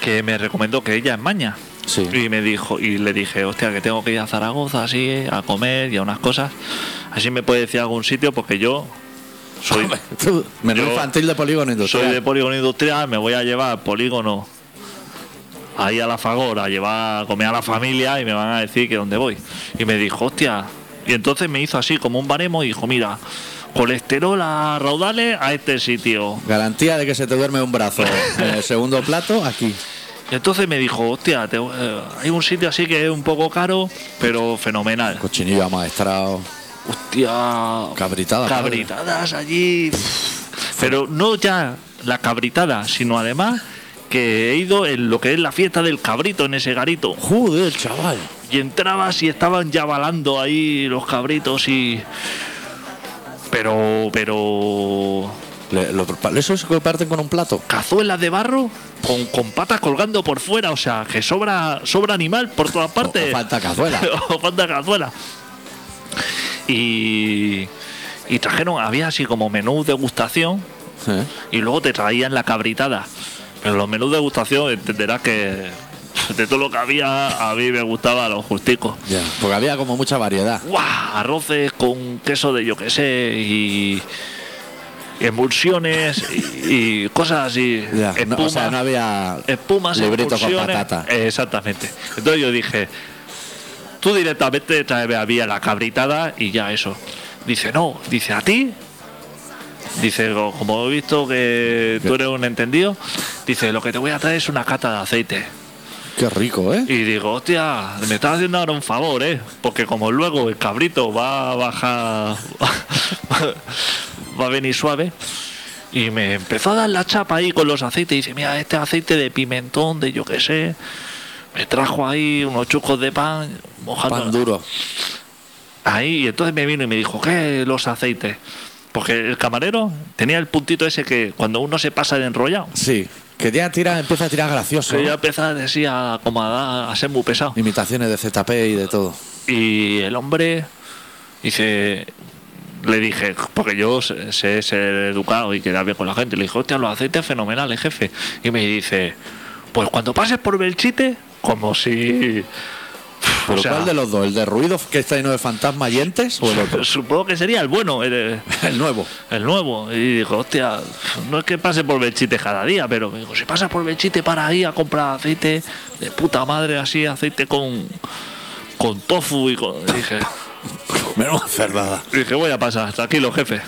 S2: que me recomendó que ella es maña.
S1: sí.
S2: Y me dijo, y le dije, hostia, que tengo que ir a Zaragoza así, a comer y a unas cosas. Así me puede decir algún sitio porque yo soy,
S1: Tú, menú
S2: Yo
S1: infantil de polígono industrial.
S2: soy de polígono industrial, me voy a llevar polígono ahí a la Fagor, a llevar a comer a la familia y me van a decir que dónde voy. Y me dijo, hostia. Y entonces me hizo así como un baremo y dijo, mira, colesterol a raudales a este sitio.
S1: Garantía de que se te duerme un
S2: <laughs>
S1: brazo en el segundo plato aquí.
S2: Y entonces me dijo, hostia, te- eh, hay un sitio así que es un poco caro, pero fenomenal.
S1: Cochinillo amaestrado,
S2: Hostia,
S1: cabritada. padre.
S2: cabritadas allí. Pero no ya la cabritada, sino además que he ido en lo que es la fiesta del cabrito en ese garito.
S1: Joder, chaval.
S2: Y entrabas y estaban ya balando ahí los cabritos y. Pero, pero.
S1: Le- lo- eso se comparten con un plato.
S2: Cazuelas de barro con, con patas colgando por fuera, o sea, que sobra, sobra animal por todas partes.
S1: O- o falta cazuela.
S2: <laughs> O falta cazuela. Y, y trajeron, había así como menú degustación
S1: ¿Eh?
S2: y luego te traían la cabritada. Pero los menús de degustación entenderás que de todo lo que había, a mí me gustaba los justicos.
S1: Ya, porque había como mucha variedad.
S2: ¡Guau! Arroces con queso de yo que sé y emulsiones y, y cosas así.
S1: Ya, no, o
S2: Espuma
S1: sea, no había
S2: espumas,
S1: librito con
S2: expulsiones.
S1: patata.
S2: Eh, Exactamente. Entonces yo dije, tú directamente tráeme a mí a la cabritada y ya eso. Dice, no, dice, ¿a ti? Dice, "Co- como he visto que tú eres un entendido, dice, lo que te voy a traer es una cata de aceite.
S1: Qué rico, ¿eh?
S2: Y digo, hostia, me estás haciendo ahora un favor, ¿eh? Porque como luego el cabrito va a bajar, <laughs> va a venir suave. Y me empezó a dar la chapa ahí con los aceites. Y dice, mira, este aceite de pimentón, de yo qué sé. Me trajo ahí unos chucos de pan, mojando.
S1: Pan duro.
S2: Ahí, y entonces me vino y me dijo, ¿qué? Los aceites. Porque el camarero tenía el puntito ese que cuando uno se pasa de enrollado,
S1: Sí. Que ya tira, empieza a tirar gracioso.
S2: que ya empieza a decir, a- como a, dar- a ser muy pesado.
S1: Imitaciones de ZP y de todo.
S2: Y el hombre dice, le dije, porque yo sé sé ser educado y quedar bien con la gente, le dije, hostia, los aceites fenomenales, eh, jefe. Y me dice, pues cuando pases por Belchite, como si...
S1: ¿Pero
S2: o sea, Pues
S1: cuál de los dos? ¿El de ruido que este está lleno de fantasmas y entes o el otro?
S2: Supongo que sería el bueno, eh, el,
S1: El nuevo.
S2: el nuevo. Y dijo, hostia, no es que pase por Belchite cada día, pero me dijo, si pasas por Belchite para ahí a comprar aceite de puta madre, así, aceite con, con tofu y con... Dije,
S1: Menos cerrada.
S2: Y dije, voy a pasar, tranquilo, jefe.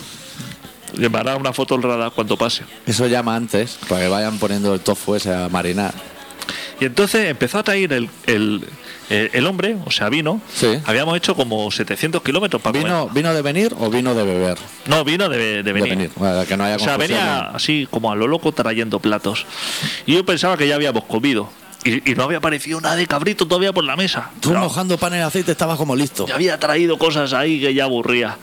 S2: Le me hará una foto honrada cuando pase.
S1: Eso llama antes, para que vayan poniendo el tofu ese a marinar.
S2: Y entonces empezó a traer el, el, el- el hombre, o sea, vino.
S1: Sí.
S2: Habíamos hecho como 700 kilómetros para
S1: ¿Vino, ¿Vino de venir o vino de beber?
S2: comer. No, vino de, de venir.
S1: De venir. Bueno, que no haya
S2: O sea,
S1: confusión,
S2: venía así como a lo loco trayendo platos. Y yo pensaba que ya habíamos comido. Y, y no había aparecido nada de cabrito todavía por la mesa.
S1: ¿no? Tú
S2: Pero-
S1: mojando pan en aceite estabas como listo.
S2: y había traído cosas ahí que ya aburría.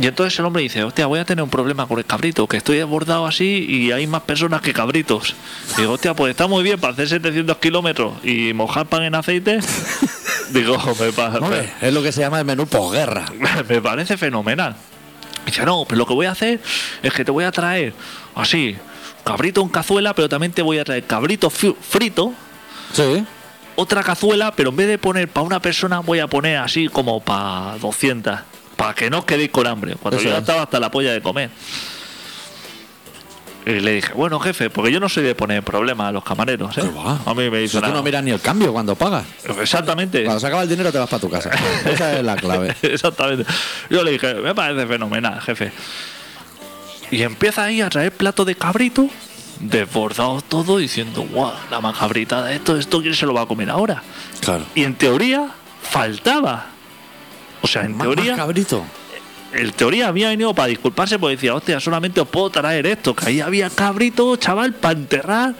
S2: Y entonces el hombre dice, hostia, voy a tener un problema con el cabrito, que estoy desbordado así y hay más personas que cabritos. Y digo, hostia, pues está muy bien para hacer 700 kilómetros y mojar pan en aceite. <laughs> digo, me, pa-
S1: Hombre, es lo que se llama el menú posguerra.
S2: me- <laughs> me parece fenomenal. Dice, no, pero lo que voy a hacer es que te voy a traer así, cabrito en cazuela, pero también te voy a traer cabrito fiu- frito,
S1: Sí.
S2: otra cazuela, pero en vez de poner para una persona, voy a poner así como para 200. Para que no os quedéis con hambre. Cuando
S1: Eso
S2: yo ya
S1: es.
S2: estaba hasta la polla de comer. Y le dije, bueno, jefe, porque yo no soy de poner problemas a los camareros. ¿eh?
S1: Qué va.
S2: A mí me
S1: Si
S2: hizo
S1: tú
S2: nada.
S1: no miras ni el cambio cuando pagas.
S2: Exactamente.
S1: Cuando se acaba el dinero te vas para tu
S2: <laughs>
S1: casa. Esa es la clave.
S2: Exactamente. Yo le dije, me parece fenomenal, jefe. Y empieza ahí a traer plato de cabrito, desbordado todo, diciendo, guau, la macabrita de esto, esto, ¿quién se lo va a comer ahora?
S1: Claro.
S2: Y en teoría faltaba. O sea, en
S1: Más- más
S2: teoría,
S1: cabrito.
S2: en teoría había venido para disculparse porque decía, hostia, solamente os puedo traer esto, que ahí había cabrito, chaval, para enterrar.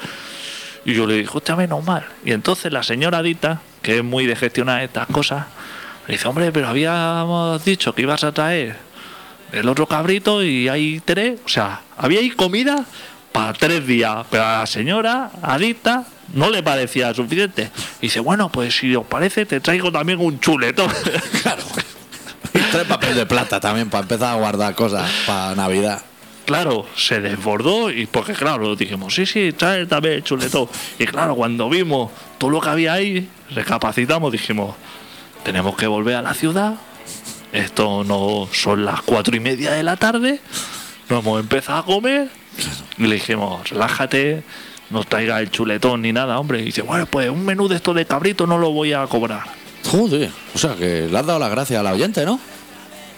S2: Y yo le dije, hostia, menos mal. Y entonces la señora Dita, que es muy de gestionar estas cosas, le dice, hombre, pero habíamos dicho que ibas a traer el otro cabrito y hay tres. O sea, había ahí comida para tres días. Pero a la señora, adicta, no le parecía suficiente. Y dice, bueno, pues si os parece, te traigo también un chuletón. <laughs>
S1: Claro. Y tres papeles de plata también para empezar a guardar cosas para Navidad.
S2: Claro, se desbordó y porque claro, dijimos, sí, sí, trae también el chuletón. Y claro, cuando vimos todo lo que había ahí, recapacitamos, dijimos, tenemos que volver a la ciudad, esto no son las cuatro y media de la tarde, no hemos empezado a comer. Y le dijimos, relájate, no traiga el chuletón ni nada, hombre. Y dice, bueno, pues un menú de esto de cabrito no lo voy a cobrar.
S1: Joder. O sea que le has dado las gracias al oyente, ¿no?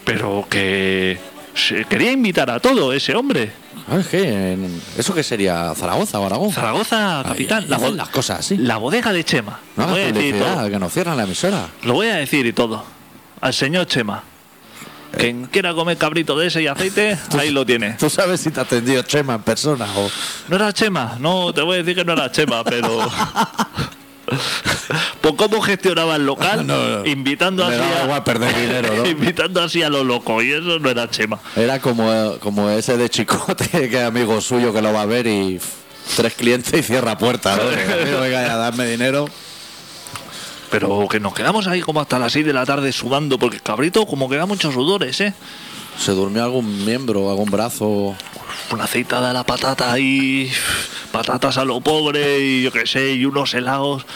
S2: Pero que se quería invitar a todo ese hombre.
S1: Ah, Es que en- ¿Eso qué sería? ¿Zaragoza o Aragón?
S2: Zaragoza, capital.
S1: Ay,
S2: la,
S1: hacen
S2: bo-
S1: las cosas así.
S2: la bodega de Chema.
S1: No
S2: lo, voy a
S1: hagas
S2: decir y todo.
S1: publicidad, que nos cierran la emisora. <laughs>
S2: Lo voy a decir y todo. Al señor Chema.
S1: Eh.
S2: Quien quiera comer cabrito de ese y aceite, ahí lo tiene.
S1: ¿Tú sabes si te ha atendido Chema en persona o...?
S2: No era Chema, no, te voy a decir que no era Chema,
S1: <laughs>
S2: pero. Por cómo gestionaba el local,
S1: No, no.
S2: invitando
S1: Me
S2: así
S1: daba
S2: a.
S1: igual perder dinero, ¿no?
S2: <laughs> invitando así a lo loco, y eso no era Chema.
S1: Era como, como ese de Chicote, <laughs> que es amigo suyo que lo va a ver y pff, tres clientes y cierra puerta. ¿no? Que, <laughs> "Amigo, venga ya, dame dinero.
S2: Pero que nos quedamos ahí como hasta las 6 de la tarde sudando, porque el cabrito como que da muchos sudores, ¿eh?
S1: Se durmió algún miembro, algún brazo.
S2: una aceitada de la patata ahí, patatas a lo pobre y yo qué sé, y unos helados.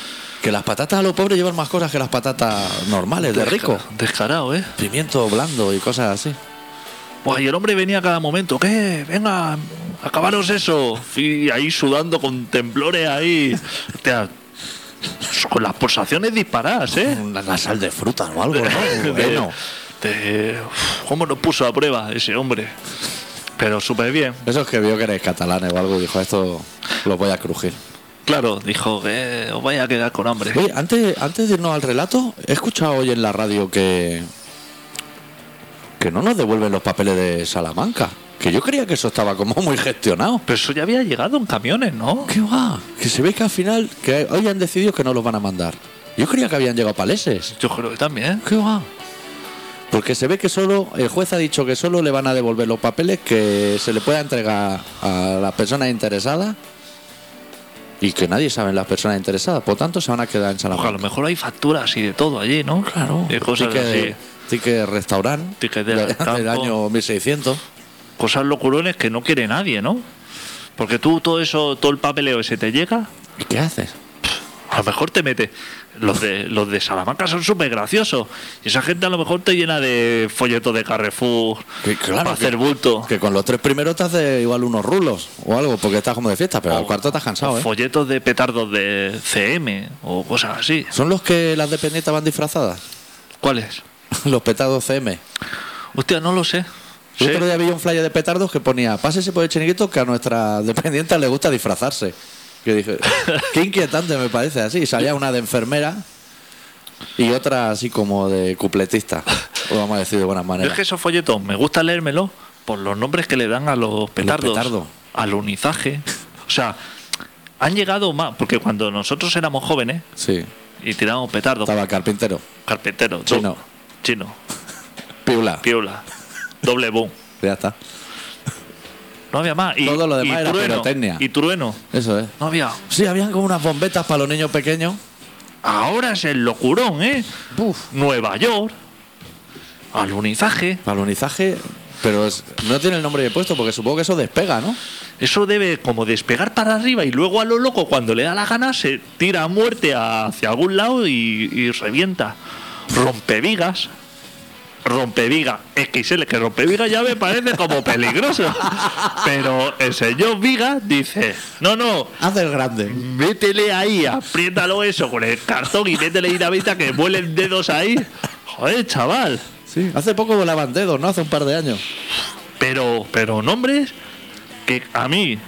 S1: Que las patatas a lo pobre llevan más cosas que las patatas normales, de rico.
S2: Desca- Descarado, ¿eh?
S1: Pimiento blando y cosas así.
S2: Buah, y el hombre venía a cada momento, ¿qué? Venga, acabaros eso. Y ahí sudando con temblores ahí. Hostia, con las pulsaciones disparadas, ¿eh?
S1: Una, una sal de fruta o
S2: <laughs>
S1: algo, ¿no?
S2: De-
S1: Bueno.
S2: de- uf, ¿Cómo nos puso a prueba ese hombre? Pero súper bien.
S1: Eso es que vio que eres catalanes o algo y dijo, esto lo voy a crujir.
S2: Claro, dijo que os vais a quedar con hambre.
S1: Oye, antes, antes de irnos al relato, he escuchado hoy en la radio que. que no nos devuelven los papeles de Salamanca. Que yo creía que eso estaba como muy gestionado.
S2: Pero eso ya había llegado en camiones, ¿no?
S1: ¿Qué va? Que se ve que al final, que hoy han decidido que no los van a mandar. Yo creía que habían llegado paleses.
S2: Yo creo que también.
S1: ¿Qué va? Porque se ve que solo, el juez ha dicho que solo le van a devolver los papeles que se le pueda entregar a las personas interesadas y que nadie sabe las personas interesadas. Por tanto, se van a quedar en
S2: Ojo, a
S1: Salamanca.
S2: lo mejor hay facturas y de todo allí, ¿no?
S1: Claro.
S2: Y cosas
S1: ticket,
S2: así.
S1: ticket restaurant.
S2: Ticket del
S1: de- <laughs>
S2: campo.
S1: del año 1600.
S2: Cosas locurones que no quiere nadie, ¿no? Porque tú todo eso, todo el papeleo ese te llega,
S1: ¿Y qué haces?
S2: a lo mejor te mete. Los de, los de Salamanca son súper graciosos. Y esa gente a lo mejor te llena de folletos de Carrefour
S1: Que claro,
S2: para
S1: que-
S2: hacer bulto.
S1: Que con los tres primeros te haces igual unos rulos o algo, porque estás como de fiesta, pero al
S2: O-
S1: cuarto estás cansado,
S2: o
S1: ¿eh?
S2: Folletos de petardos de CM o cosas así.
S1: ¿Son los que las dependientes van disfrazadas? <laughs>
S2: ¿Cuáles?
S1: los petardos CM.
S2: Hostia, no lo sé.
S1: Yo
S2: Sí.
S1: otro día vi un flyer de petardos que ponía, pásese por el chiringuito que a nuestra dependiente le gusta disfrazarse. Que
S2: <laughs>
S1: dije, qué inquietante me parece así. Salía una de enfermera y otra así como de cupletista. Lo vamos a decir de buenas
S2: Yo es
S1: maneras.
S2: que esos folletos me gusta leérmelo por los nombres que le dan a los petardos,
S1: petardos.
S2: al unizaje. O sea, han llegado más, porque cuando nosotros éramos jóvenes
S1: Sí,
S2: y tirábamos petardos,
S1: estaba carpintero,
S2: carpintero, do-
S1: Chino.
S2: chino,
S1: piula.
S2: piola, doble boom.
S1: Ya está.
S2: No había más. Y,
S1: Todo lo demás
S2: y
S1: era
S2: trueno,
S1: pirotecnia.
S2: Y trueno.
S1: Eso es.
S2: No había.
S1: Sí, habían como unas bombetas para los niños pequeños.
S2: Ahora es el locurón, ¿eh?
S1: Uf.
S2: Nueva York, alunizaje.
S1: Balonizaje, pero es- no tiene el nombre de puesto porque supongo que eso despega, ¿no?
S2: Eso debe como despegar para arriba y luego a lo loco cuando le da la gana se tira a muerte hacia algún lado y, y revienta. Rompevigas. Rompeviga XL, que rompeviga ya me parece como peligroso. Pero el señor Vigas dice, no, no,
S1: Hace el grande.
S2: métele ahí, apriétalo eso con el cartón y métele dinamita que vuelen dedos ahí. Joder, chaval.
S1: Sí. Hace poco volaban dedos, ¿no? Hace un par de años.
S2: pero, pero nombres que a mí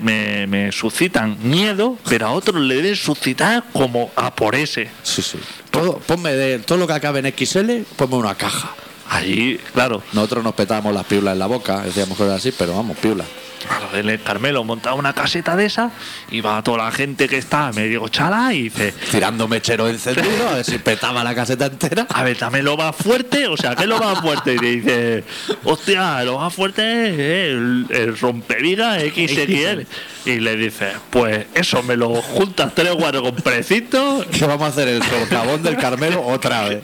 S2: me, me suscitan miedo, pero a otros le deben suscitar como a por ese.
S1: Sí, sí. Todo, ponme de todo lo que acabe en XL, ponme una caja.
S2: Ahí, claro,
S1: Nosotros nos petábamos las piulas en la boca, decíamos que era así, pero vamos, piulas.
S2: claro, en el Carmelo montaba una caseta de esa y va toda la gente que está medio chala y dice,
S1: Tirando mechero
S2: <laughs>
S1: encendido, a ver si petaba la caseta entera.
S2: a ver, también lo más fuerte, o sea, ¿qué es lo más fuerte? Y te dice, hostia, lo más fuerte es el, el rompeviga XXL. Y le dice, pues eso me lo juntas tres o cuatro con precitos
S1: Que vamos a hacer el socavón del Carmelo otra vez.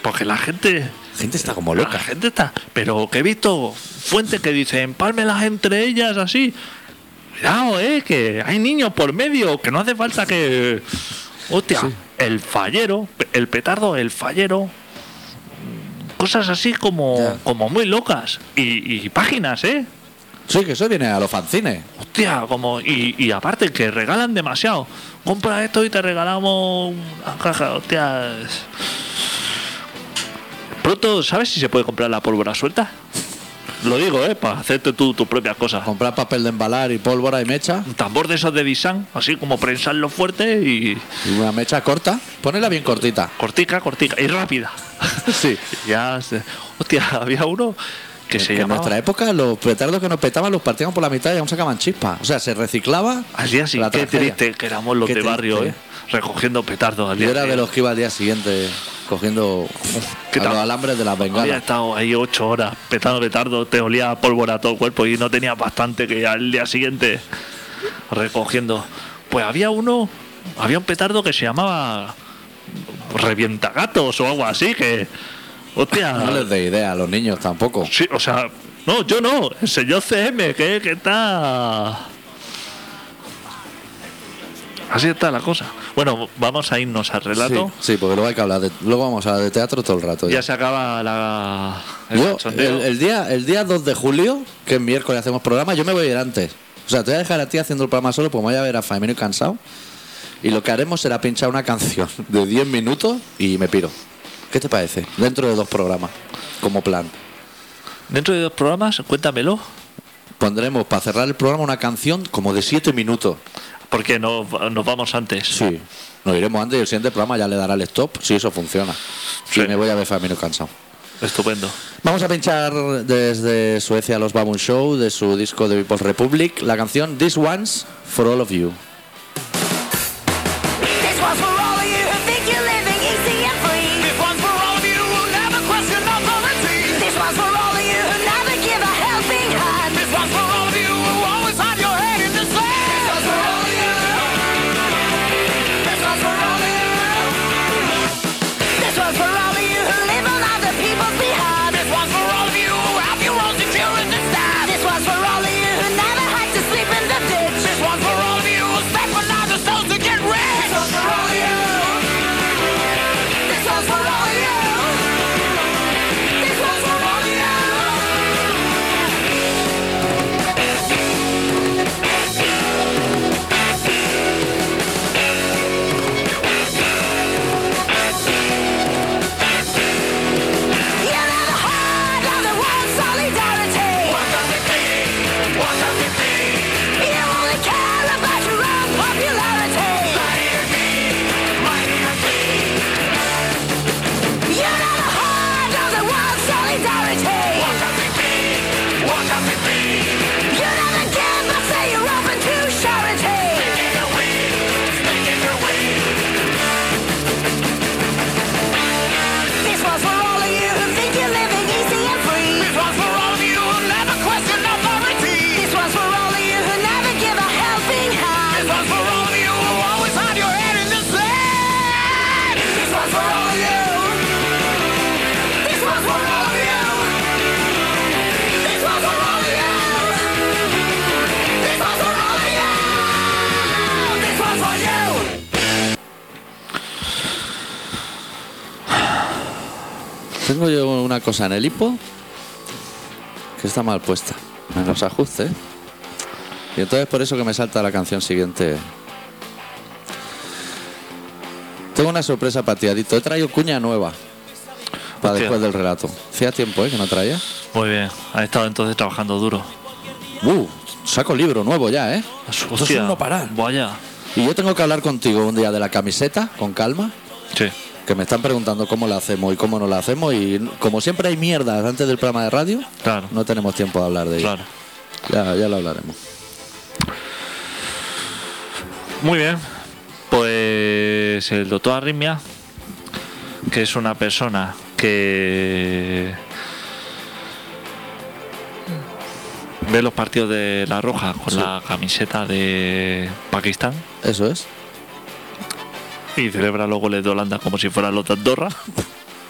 S2: Porque la gente.
S1: La gente está como
S2: La
S1: loca.
S2: gente está. Pero que he visto fuentes que dicen, empálmelas entre ellas así. Cuidado, eh, que hay niños por medio, que no hace falta que. Hostia, el fallero, el petardo, el fallero. Cosas así como,
S1: Ya.
S2: como muy locas. Y, y páginas, eh.
S1: Sí, que eso viene a los fanzines.
S2: Hostia, como. Y, y aparte, que regalan demasiado. Compra esto y te regalamos una caja, hostia. Pronto, ¿sabes si se puede comprar la pólvora suelta? Lo digo, ¿eh? Para hacerte tú tus propias cosas.
S1: Comprar papel de embalar y pólvora y mecha.
S2: Un tambor de esos de Disan, así como prensarlo fuerte y.
S1: Y una mecha corta. Ponela bien cortita.
S2: Cortica, cortica, y rápida.
S1: <laughs> Sí.
S2: ya. se- Hostia, había uno que se
S1: Que en
S2: llamaba.
S1: nuestra época los petardos que nos petaban los partíamos por la mitad y aún sacaban chispas. O sea, se reciclaba.
S2: Así, así,
S1: la
S2: qué
S1: tragedia.
S2: triste que éramos los
S1: Qué
S2: de
S1: triste,
S2: barrio, ¿eh? Recogiendo petardos al
S1: Yo
S2: día
S1: era de
S2: siguiente.
S1: los que iba al día siguiente cogiendo
S2: ¿Qué
S1: a
S2: tal? Ah,
S1: los alambres de las
S2: Había
S1: bengalas.
S2: estado ahí ocho horas petando petardo, te olía a pólvora todo el cuerpo y no tenía bastante que al día siguiente recogiendo. Pues había uno, había un petardo que se llamaba Revientagatos o algo así, que. Hostia.
S1: No les dé idea a los niños tampoco.
S2: sí, o sea, no, yo no, el señor CM, que, que está. Así está la cosa. Bueno, vamos a irnos al relato.
S1: Sí, sí, porque luego hay que hablar. De, luego vamos a hablar de teatro todo el rato. ya.
S2: Ya se acaba la. el
S1: Yo,
S2: cachondeo.
S1: el, el día, el día 2 de julio, que es miércoles hacemos programa, yo me voy a ir antes. O sea, te voy a dejar a ti haciendo el programa solo porque me voy a ver a Faemino y cansado. Y lo que haremos será pinchar una canción <laughs> de 10 minutos y me piro. ¿Qué te parece? Dentro de dos programas, como plan.
S2: Dentro de dos programas, cuéntamelo.
S1: Pondremos para cerrar el programa una canción como de 7 minutos.
S2: Porque no, nos vamos antes.
S1: Sí, nos iremos antes y el siguiente programa ya le dará el stop si eso funciona.
S2: Sí.
S1: Y me voy a ver Faemino cansado.
S2: Estupendo.
S1: Vamos a pinchar desde Suecia los Baboon Show de su disco The People's Republic, la canción This One's for All of You.
S4: This one's for all of you who think you're living easy and free. This one's for all of you who never question authority. This one's for all of you who never give a helping hand. This one's for all of you who always hide your head in the sand. This one's for all of you. This one's for all of you. This one's for all of you who live on other people's behalf. This one's for all of you who have your own security staff. This one's for all of you who never had to sleep in the ditch. This one's for all of you who
S1: una cosa en el hipo que está mal puesta en los ajustes. Y entonces por eso que me salta la canción siguiente. Tengo una sorpresa para ti, Adito. He traído cuña nueva para
S2: Hostia.
S1: después del relato. Hacía tiempo, ¿eh? Que no traía.
S2: Muy bien, ha estado entonces trabajando duro.
S1: ¡Uh! Saco libro nuevo ya, ¿eh?
S2: Esto
S5: es un no parar.
S2: Vaya.
S1: Y yo tengo que hablar contigo un día de la camiseta, con calma.
S2: Sí.
S1: Que me están preguntando cómo la hacemos y cómo no la hacemos. Y como siempre hay mierdas antes del programa de radio,
S2: Claro.
S1: no tenemos tiempo de hablar de ello. Ya,
S2: Claro.
S1: ya lo hablaremos.
S2: Muy bien. Pues el doctor Arritmia, que es una persona que ve los partidos de La Roja con la camiseta de Pakistán
S1: Eso es.
S2: y celebra los goles de Holanda como si fueran los de Andorra,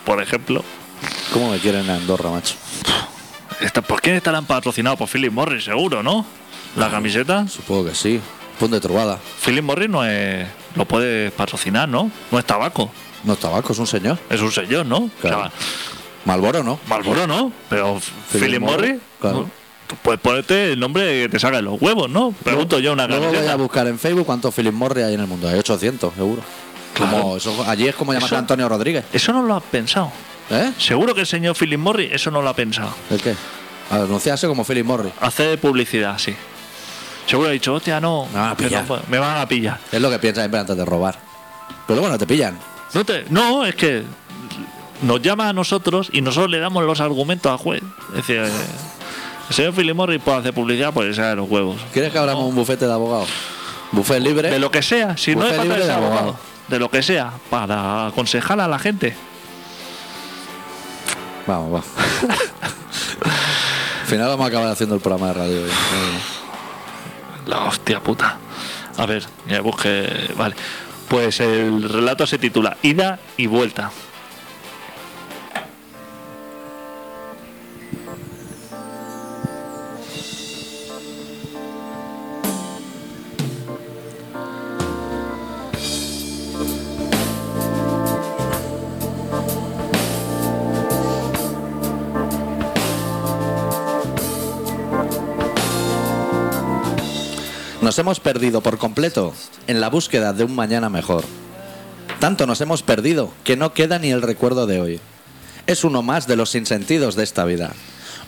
S2: por ejemplo.
S1: ¿Cómo me quieren en Andorra, macho?
S2: Esta- ¿Por quién estarán patrocinados? Por Philip Morris, seguro, ¿no? La camiseta.
S1: Supongo que sí. Pon de trubada.
S2: Philip Morris no es. Lo puedes patrocinar, ¿no? No es tabaco.
S1: No es tabaco, es un señor.
S2: Es un señor, ¿no?
S1: Claro.
S2: O sea,
S1: Malboro, ¿no?
S2: Marlboro no, pero Philip Morris,
S1: claro.
S2: tú puedes ponerte el nombre que te salga de los huevos, ¿no? Pregunto yo una
S1: Luego voy
S2: camiseta.
S1: a buscar en Facebook cuántos Philip Morris hay en el mundo. Hay 800, seguro.
S2: Claro.
S1: Como eso- allí es como llamarse
S2: Eso-
S1: Antonio Rodríguez.
S2: Eso no lo has pensado.
S1: ¿Eh?
S2: Seguro que el señor Philip Morris eso no lo ha pensado.
S1: ¿El qué? Anunciarse como Philip Morris.
S2: Hace publicidad, sí. Seguro ha dicho, hostia, no,
S1: Me van a
S2: que no
S1: pillar.
S2: fue- me van a pillar.
S1: Es lo que piensas siempre antes de robar. Pero bueno, te pillan.
S2: No, te- no, es que nos llama a nosotros y nosotros le damos los argumentos al juez. Es decir, eh, el señor Philip Morris puede hacer publicidad por esa de los huevos.
S1: ¿Quieres que abramos un bufete de abogados? Bufet libre.
S2: De lo que sea, si no
S1: Bufé
S2: es para
S1: libre
S2: ser
S1: de
S2: abogado,
S1: abogado.
S2: De lo que sea, para aconsejar a la gente.
S1: Vamos, vamos. Al final vamos a acabar haciendo el programa de radio. hoy.
S2: La hostia puta. A ver, que busque. Vale. Pues el relato se titula Ida y vuelta.
S1: Nos hemos perdido por completo en la búsqueda de un mañana mejor. Tanto nos hemos perdido que no queda ni el recuerdo de hoy. Es uno más de los sinsentidos de esta vida.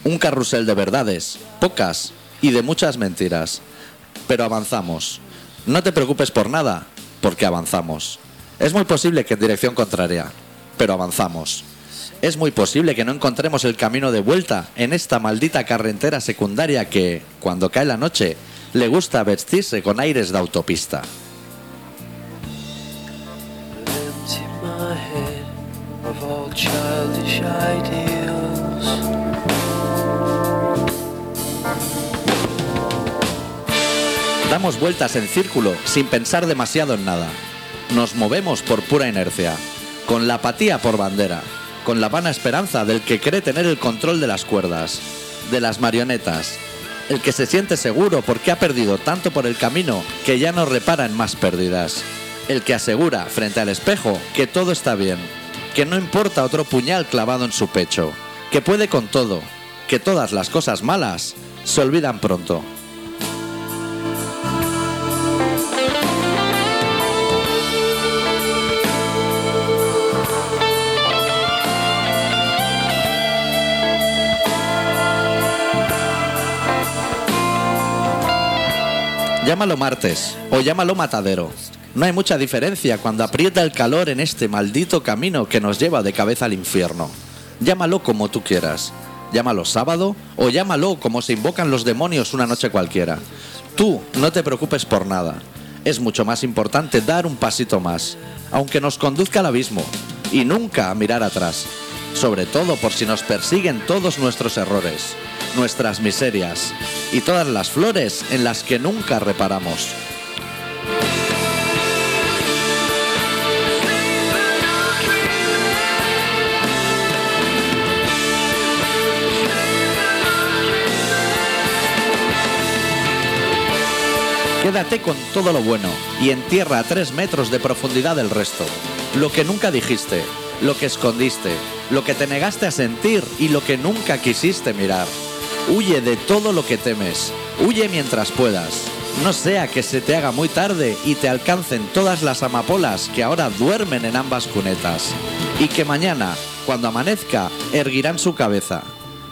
S1: Un carrusel de verdades, pocas y de muchas mentiras. Pero avanzamos. No te preocupes por nada, porque avanzamos. Es muy posible que en dirección contraria, pero avanzamos. Es muy posible que no encontremos el camino de vuelta en esta maldita carretera secundaria que, cuando cae la noche, le gusta vestirse con aires de autopista.
S6: empty my head of all childish ideals.
S1: Damos vueltas en círculo sin pensar demasiado en nada. Nos movemos por pura inercia, con la apatía por bandera, con la vana esperanza del que cree tener el control de las cuerdas, de las marionetas, el que se siente seguro porque ha perdido tanto por el camino que ya no repara en más pérdidas, el que asegura frente al espejo que todo está bien, que no importa otro puñal clavado en su pecho, que puede con todo, que todas las cosas malas se olvidan pronto. Llámalo martes o llámalo matadero. No hay mucha diferencia cuando aprieta el calor en este maldito camino que nos lleva de cabeza al infierno. Llámalo como tú quieras. Llámalo sábado o llámalo como se invocan los demonios una noche cualquiera. Tú no te preocupes por nada. Es mucho más importante dar un pasito más, aunque nos conduzca al abismo, y nunca a mirar atrás. Sobre todo por si nos persiguen todos nuestros errores nuestras miserias y todas las flores en las que nunca reparamos. Quédate con todo lo bueno y entierra a tres metros de profundidad el resto. Lo que nunca dijiste, lo que escondiste, lo que te negaste a sentir y lo que nunca quisiste mirar. Huye de todo lo que temes, huye mientras puedas. No sea que se te haga muy tarde y te alcancen todas las amapolas que ahora duermen en ambas cunetas. Y que mañana, cuando amanezca, erguirán su cabeza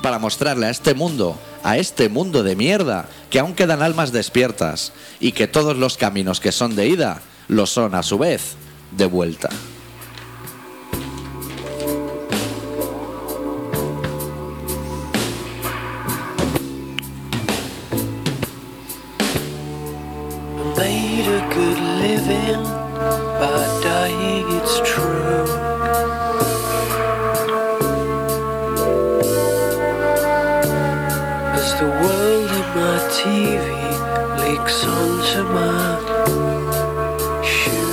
S1: para mostrarle a este mundo, a este mundo de mierda, que aún quedan almas despiertas y que todos los caminos que son de ida lo son a su vez de vuelta.
S6: made a good living by dying, it's true. As the world in my TV leaks onto my shoes.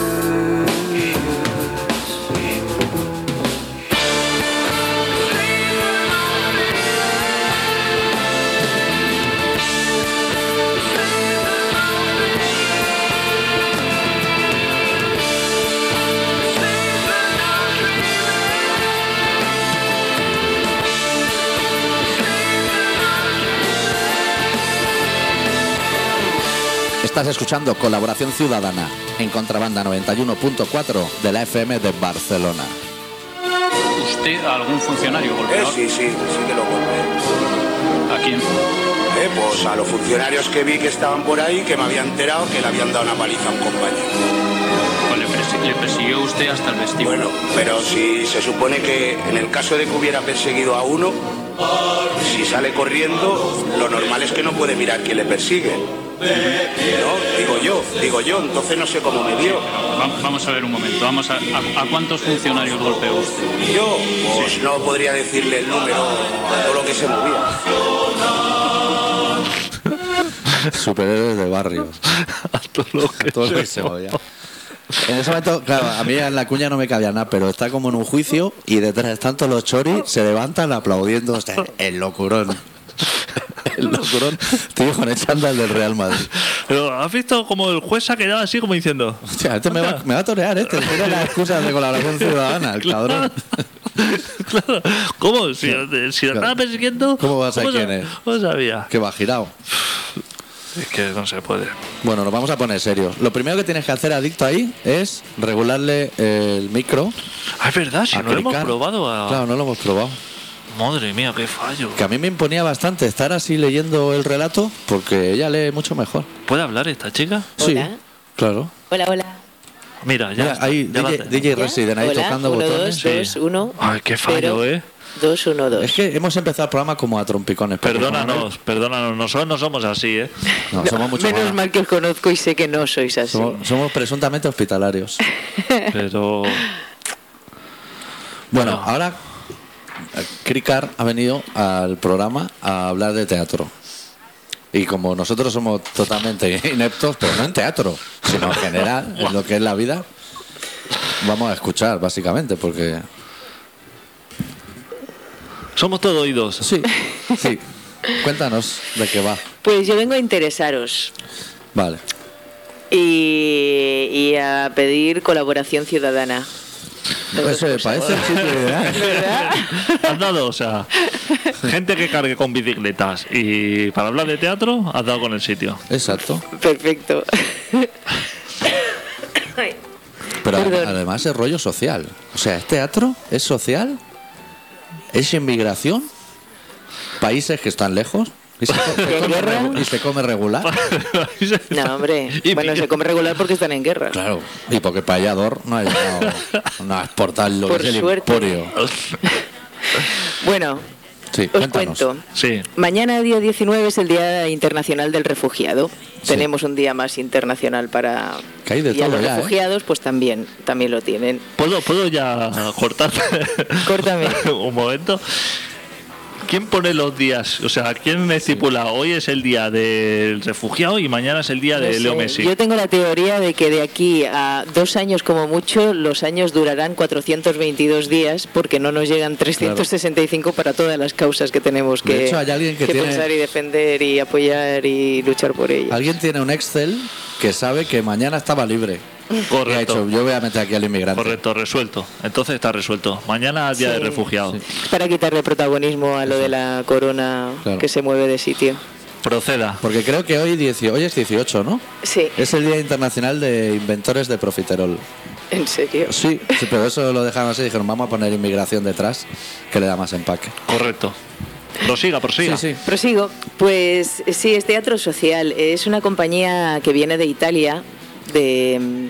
S1: Estás escuchando Colaboración Ciudadana en Contrabanda 91.4 de la FM de Barcelona.
S5: ¿Usted a algún funcionario
S7: Eh,
S5: golpeador?
S7: sí, sí, sí que lo golpeé.
S5: ¿A quién?
S7: Eh, pues a los funcionarios que vi que estaban por ahí, que me había enterado que le habían dado una paliza a un compañero.
S5: Pues le, persi- le persiguió usted hasta el vestíbulo.
S7: Bueno, pero si se supone que en el caso de que hubiera perseguido a uno, si sale corriendo, lo normal es que no puede mirar quién le persigue. No, digo yo, digo yo, entonces no sé cómo me dio.
S5: Va- vamos a ver un momento. Vamos a, a- ¿a cuántos funcionarios golpeó usted?
S7: Yo, pues no podría decirle el número a todo lo que se movía.
S1: Superhéroes de barrios. Todo lo que se movía. En ese momento, claro, a mí en la cuña no me cabía nada, pero está como en un juicio y detrás de tanto los choris se levantan aplaudiendo. o sea, el
S2: <laughs>
S1: locurón. El locurón. Tío, con el chándal del Real Madrid.
S2: Pero has visto como el juez se ha quedado así como diciendo. <laughs>
S1: O sea, este me va, me va a torear, este. Tiene las excusas de colaboración ciudadana, el cabrón.
S2: claro, ¿cómo? Si, si lo
S1: Claro.
S2: estaba persiguiendo.
S1: ¿Cómo vas a quién
S2: sa-
S1: es?
S2: ¿Cómo sabía?
S1: Que va girado.
S2: Es que no se puede.
S1: Bueno, nos vamos a poner serios. Lo primero que tienes que hacer, adicto ahí, es regularle el micro.
S2: Ah, es verdad, si no lo hemos
S1: aplicar-
S2: probado a.
S1: Claro, no lo hemos probado.
S2: Madre mía, qué fallo.
S1: Que a mí me imponía bastante estar así leyendo el relato porque ella lee mucho mejor.
S2: ¿Puede hablar esta chica?
S1: Sí,
S8: Hola.
S1: claro.
S8: Hola, hola.
S2: Mira, ya.
S1: Mira,
S2: está,
S1: ahí,
S2: ya la
S1: DJ,
S2: tengo.
S1: DJ
S8: ¿Ya?
S1: Resident ahí
S8: Hola,
S1: tocando
S8: uno,
S1: botones.
S8: dos, dos, uno.
S2: Ay, qué fallo,
S8: Pero,
S2: ¿eh?
S8: Dos, uno, dos.
S1: Es que hemos empezado el programa como a trompicones. porque como
S2: Perdónanos, perdónanos, nosotros no somos
S1: <laughs>
S2: así, ¿eh?
S1: No, no, somos mucho
S8: Menos
S1: más-
S8: mal que os conozco y sé que no sois así.
S1: Somos, somos presuntamente hospitalarios.
S2: Pero.
S1: Bueno, ahora eh, Krikar ha venido al programa a hablar de teatro. Y como nosotros somos totalmente ineptos, pero no en teatro, sino en general, en lo que es la vida, vamos a escuchar, básicamente, porque...
S2: Somos todo oídos.
S1: Sí, <laughs> sí. Cuéntanos de qué va.
S8: Pues yo vengo a interesaros
S1: Vale.
S8: y, y a pedir colaboración ciudadana.
S1: Eso me parece el sitio ideal.
S8: ¿Verdad?
S2: Has dado, o sea, gente que cargue con bicicletas y para hablar de teatro, has dado con el sitio.
S1: <laughs> Exacto.
S8: Perfecto.
S1: Pero adem-
S8: Perdón.
S1: además es rollo social. O sea, es teatro, es social, es inmigración, países que están lejos. Y se, co- se
S8: ¿En
S1: come,
S8: guerra?
S1: regu- y se come regular.
S8: No, hombre.
S2: <laughs> Y
S8: Bueno,
S2: mira,
S8: se come regular porque están en
S1: <laughs>
S8: guerra.
S1: Claro. Y porque Payador no ha llegado no a exportar lo
S8: Por
S1: que es el
S8: suerte.
S1: emporio.
S8: Bueno,
S1: Sí,
S8: os
S1: cuéntanos.
S8: cuento.
S2: Sí,
S8: Mañana, día 19, es el Día Internacional del Refugiado. Tenemos un día más internacional para...
S1: Que hay de
S8: y a
S1: todo
S8: los
S1: ya, ¿eh?
S8: refugiados, pues también, también lo tienen.
S2: ¿Puedo, ¿Puedo ya cortarte?
S8: <laughs> Córtame.
S2: <laughs> Un momento. ¿Quién pone los días? O sea, ¿quién estipula hoy es el día del refugiado y mañana es el día
S8: No
S2: de
S8: sé,
S2: Leo Messi?
S8: Yo tengo la teoría de que de aquí a dos años como mucho, los años durarán 422 días porque no nos llegan 365 para todas las causas que tenemos
S1: De
S8: que,
S1: hecho, hay alguien que tiene-
S8: pensar y defender y apoyar y luchar por ellas.
S1: Alguien tiene un Excel que sabe que mañana estaba libre. Y ha
S2: Correcto.
S1: dicho, yo voy a meter aquí al inmigrante.
S2: Correcto, resuelto. Entonces está resuelto. Mañana día de
S8: Sí.
S2: refugiados.
S8: Para quitarle protagonismo a lo de la corona
S1: Claro.
S8: que se mueve de sitio.
S2: Proceda.
S1: Porque creo que hoy, 18 hoy es 18, ¿no?
S8: Sí,
S1: Es el Día Internacional de Inventores de Profiterol.
S8: en serio.
S1: Sí, sí, pero eso lo dejaron así, dijeron, vamos a poner inmigración detrás, que le da más empaque.
S2: Correcto. Prosiga, prosiga.
S1: Sí, sí.
S8: Prosigo. Pues eh, sí, es Teatro Social. Es una compañía que viene de Italia, de, mm,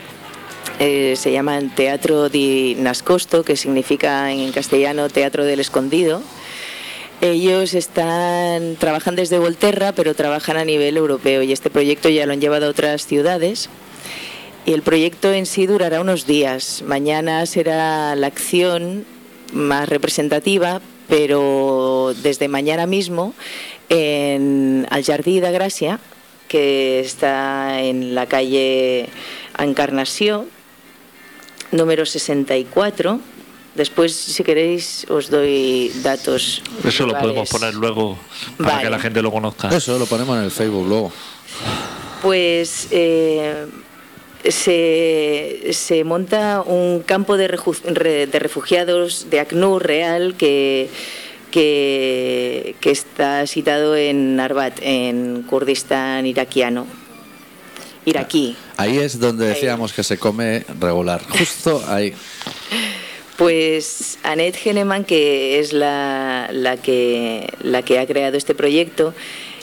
S8: eh, se llama Teatro di Nascosto, que significa en castellano Teatro del Escondido. Ellos están, trabajan desde Volterra, pero trabajan a nivel europeo y este proyecto ya lo han llevado a otras ciudades. Y el proyecto en sí durará unos días. Mañana será la acción más representativa, pero desde mañana mismo en al Jardí de Gracia, que está en la calle Encarnació, número 64. Después, si queréis, os doy datos.
S2: Eso lo
S8: locales.
S2: podemos poner luego para
S8: Vale.
S2: que la gente lo conozca. <laughs>
S1: Eso lo ponemos en el Facebook luego.
S8: Pues eh, se, se monta un campo de, reju- re- de refugiados de ACNUR real que, que, que está citado en Arbat, en Kurdistán iraquiano. Iraquí.
S1: Ahí es donde decíamos que se come regular. Justo ahí.
S8: Pues Annette Geneman, que es la, la que, la que ha creado este proyecto,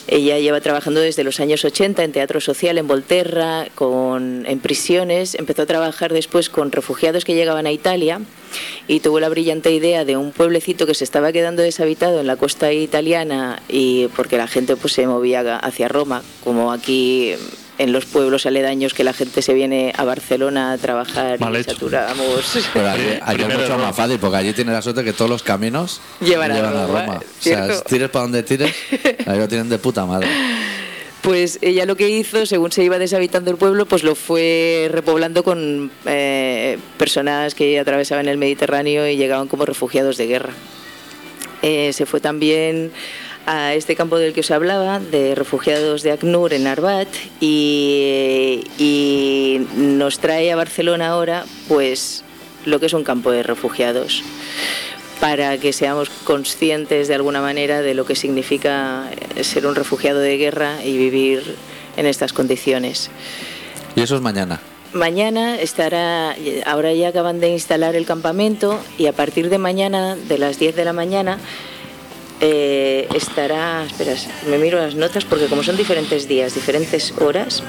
S8: ella lleva trabajando desde los años 80 en teatro social, en Volterra, con, en prisiones. Empezó a trabajar después con refugiados que llegaban a Italia y tuvo la brillante idea de un pueblecito que se estaba quedando deshabitado en la costa italiana y porque la gente pues, se movía hacia Roma, como aquí en los pueblos aledaños que la gente se viene a Barcelona a trabajar
S2: Mal
S8: y
S2: hecho.
S8: saturamos. <laughs>
S1: Pero aquí, aquí es
S2: Primero
S1: mucho
S2: Roma.
S1: más fácil, porque allí tiene la suerte que todos los caminos
S8: Llevan a Roma,
S1: O sea,
S8: ¿cierto?
S1: tires para donde
S8: <laughs>
S1: tires, ahí lo tienen de puta madre.
S8: Pues ella lo que hizo, según se iba deshabitando el pueblo, pues lo fue repoblando con eh, personas que atravesaban el Mediterráneo y llegaban como refugiados de guerra. Eh, se fue también a este campo del que os hablaba, de refugiados de ACNUR en Arbat, y, eh, y nos trae a Barcelona ahora, pues, lo que es un campo de refugiados para que seamos conscientes de alguna manera de lo que significa eh, ser un refugiado de guerra y vivir en estas condiciones.
S1: Y eso es mañana.
S8: Mañana estará, eh, ahora ya acaban de instalar el campamento y a partir de mañana, de las 10 de la mañana, eh, estará, espera, me miro las notas porque como son diferentes días, diferentes horas,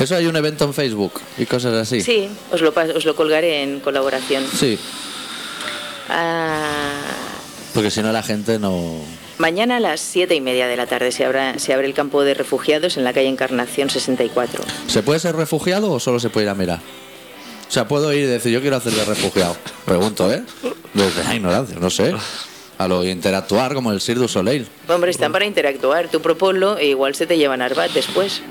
S1: Eso hay un evento en Facebook y cosas así.
S8: sí, os, lo, pas- os lo colgaré en colaboración.
S1: Sí,
S8: Ah,
S1: porque si no la gente no...
S8: Mañana a las siete y media de la tarde se, abra- se abre el campo de refugiados en la calle Encarnación 64.
S1: ¿Se puede ser refugiado o solo se puede ir a mirar? O sea, puedo ir y decir, yo quiero hacerle refugiado. Pregunto, ¿eh? Desde la ignorancia, no sé. A lo interactuar como el Cirque du Soleil.
S8: Hombre, están para interactuar. Tú proponlo e igual se te llevan a Arbat después.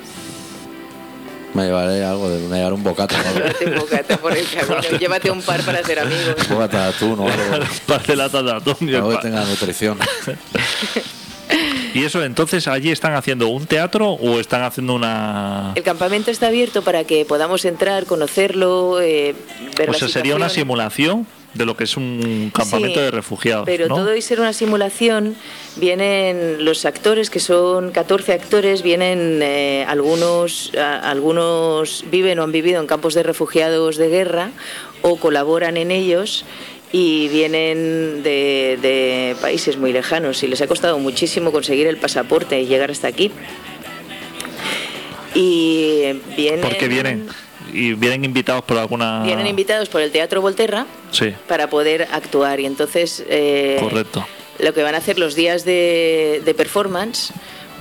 S1: Me llevaré algo, de, me llevaré un bocata. o algo.
S8: Llévate un bocata por el camino.
S2: <laughs>
S8: Llévate un par para ser amigos.
S1: Un bocata de atún o algo.
S2: Un par de latas de atún y el
S1: Algo que
S2: pa-
S1: tenga nutrición.
S2: Y eso, entonces allí están haciendo un teatro o están haciendo una.
S8: El campamento está abierto para que podamos entrar, conocerlo, eh, ver
S2: O
S8: la
S2: sea, Pues sería una
S8: situación.
S2: simulación de lo que es un campamento
S8: Sí,
S2: de refugiados.
S8: Pero
S2: ¿no?
S8: todo y ser una simulación, vienen los actores, que son 14 actores, vienen eh, algunos, a- algunos viven o han vivido en campos de refugiados de guerra o colaboran en ellos y vienen de, de países muy lejanos y les ha costado muchísimo conseguir el pasaporte y llegar hasta aquí. Y vienen,
S2: Porque vienen Ah. y vienen invitados por alguna.
S8: vienen invitados por el Teatro Volterra
S2: Sí,
S8: para poder actuar y entonces eh,
S2: correcto.
S8: lo que van a hacer los días de, de performance,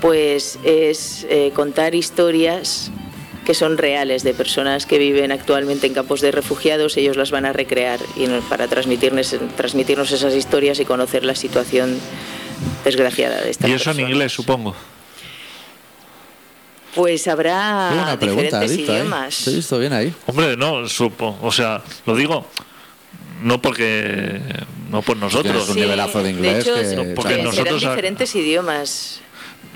S8: pues es eh, contar historias que son reales de personas que viven actualmente en campos de refugiados, ellos las van a recrear y no- para transmitirnos, transmitirnos esas historias y conocer la situación desgraciada de estas
S2: Y eso en
S8: personas.
S2: inglés, supongo.
S8: Pues habrá
S1: Tengo una pregunta,
S8: diferentes
S1: has
S2: ¿eh?
S1: visto ahí.
S8: idiomas.
S1: Te he visto bien ahí.
S2: Hombre, no, supo. O sea, lo digo no porque. No por
S1: Tienes
S2: nosotros.
S1: un nivelazo de inglés
S8: hecho,
S1: que-
S8: sí,
S2: Porque
S8: serán
S2: nosotros-
S8: diferentes idiomas.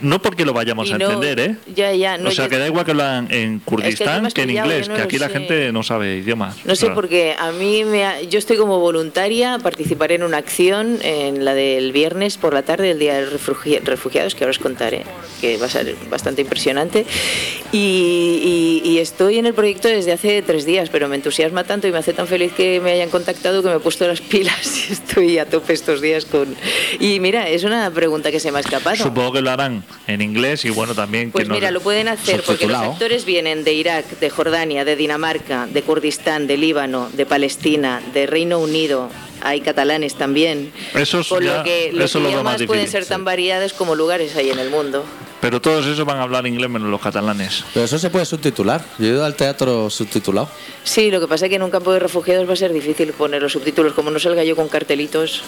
S2: No porque lo vayamos
S8: Y
S2: a
S8: no-
S2: entender, ¿eh?
S8: Ya, ya. No,
S2: o sea,
S8: yo-
S2: que da igual que lo hagan en Kurdistán
S8: además
S2: que, en
S8: que ya
S2: inglés,
S8: yo no
S2: que
S8: lo
S2: aquí la
S8: sé.
S2: gente no sabe idiomas.
S8: No sé
S2: Claro.
S8: por qué, a mí me ha- yo estoy como voluntaria, participaré en una acción en la del viernes por la tarde, el Día de Refugiados, que ahora os contaré, que va a ser bastante impresionante. Y, y- y estoy en el proyecto desde hace tres días, pero me entusiasma tanto y me hace tan feliz que me hayan contactado que me he puesto las pilas <laughs> y estoy a tope estos días con... Y mira, es una pregunta que se me ha escapado.
S2: Supongo que lo harán en inglés y bueno, también
S8: Pues
S2: que no-
S8: mira, lo pueden hacer porque los
S1: subtitulado.
S8: actores vienen de Irak, de Jordania, de Dinamarca, de Kurdistán, de Líbano, de Palestina, de Reino Unido. Hay catalanes también.
S2: Esos
S8: Con
S2: ya-
S8: lo que los
S2: eso es lo que
S8: idiomas
S2: más
S8: pueden
S2: difícil,
S8: ser tan
S2: sí.
S8: variados como lugares hay en el mundo.
S2: Pero todos esos van a hablar inglés menos los catalanes.
S1: Pero eso se puede subtitular. Yo he ido al teatro subtitulado.
S8: Sí, lo que pasa es que en un campo de refugiados va a ser difícil poner los subtítulos. Como no salga yo con cartelitos,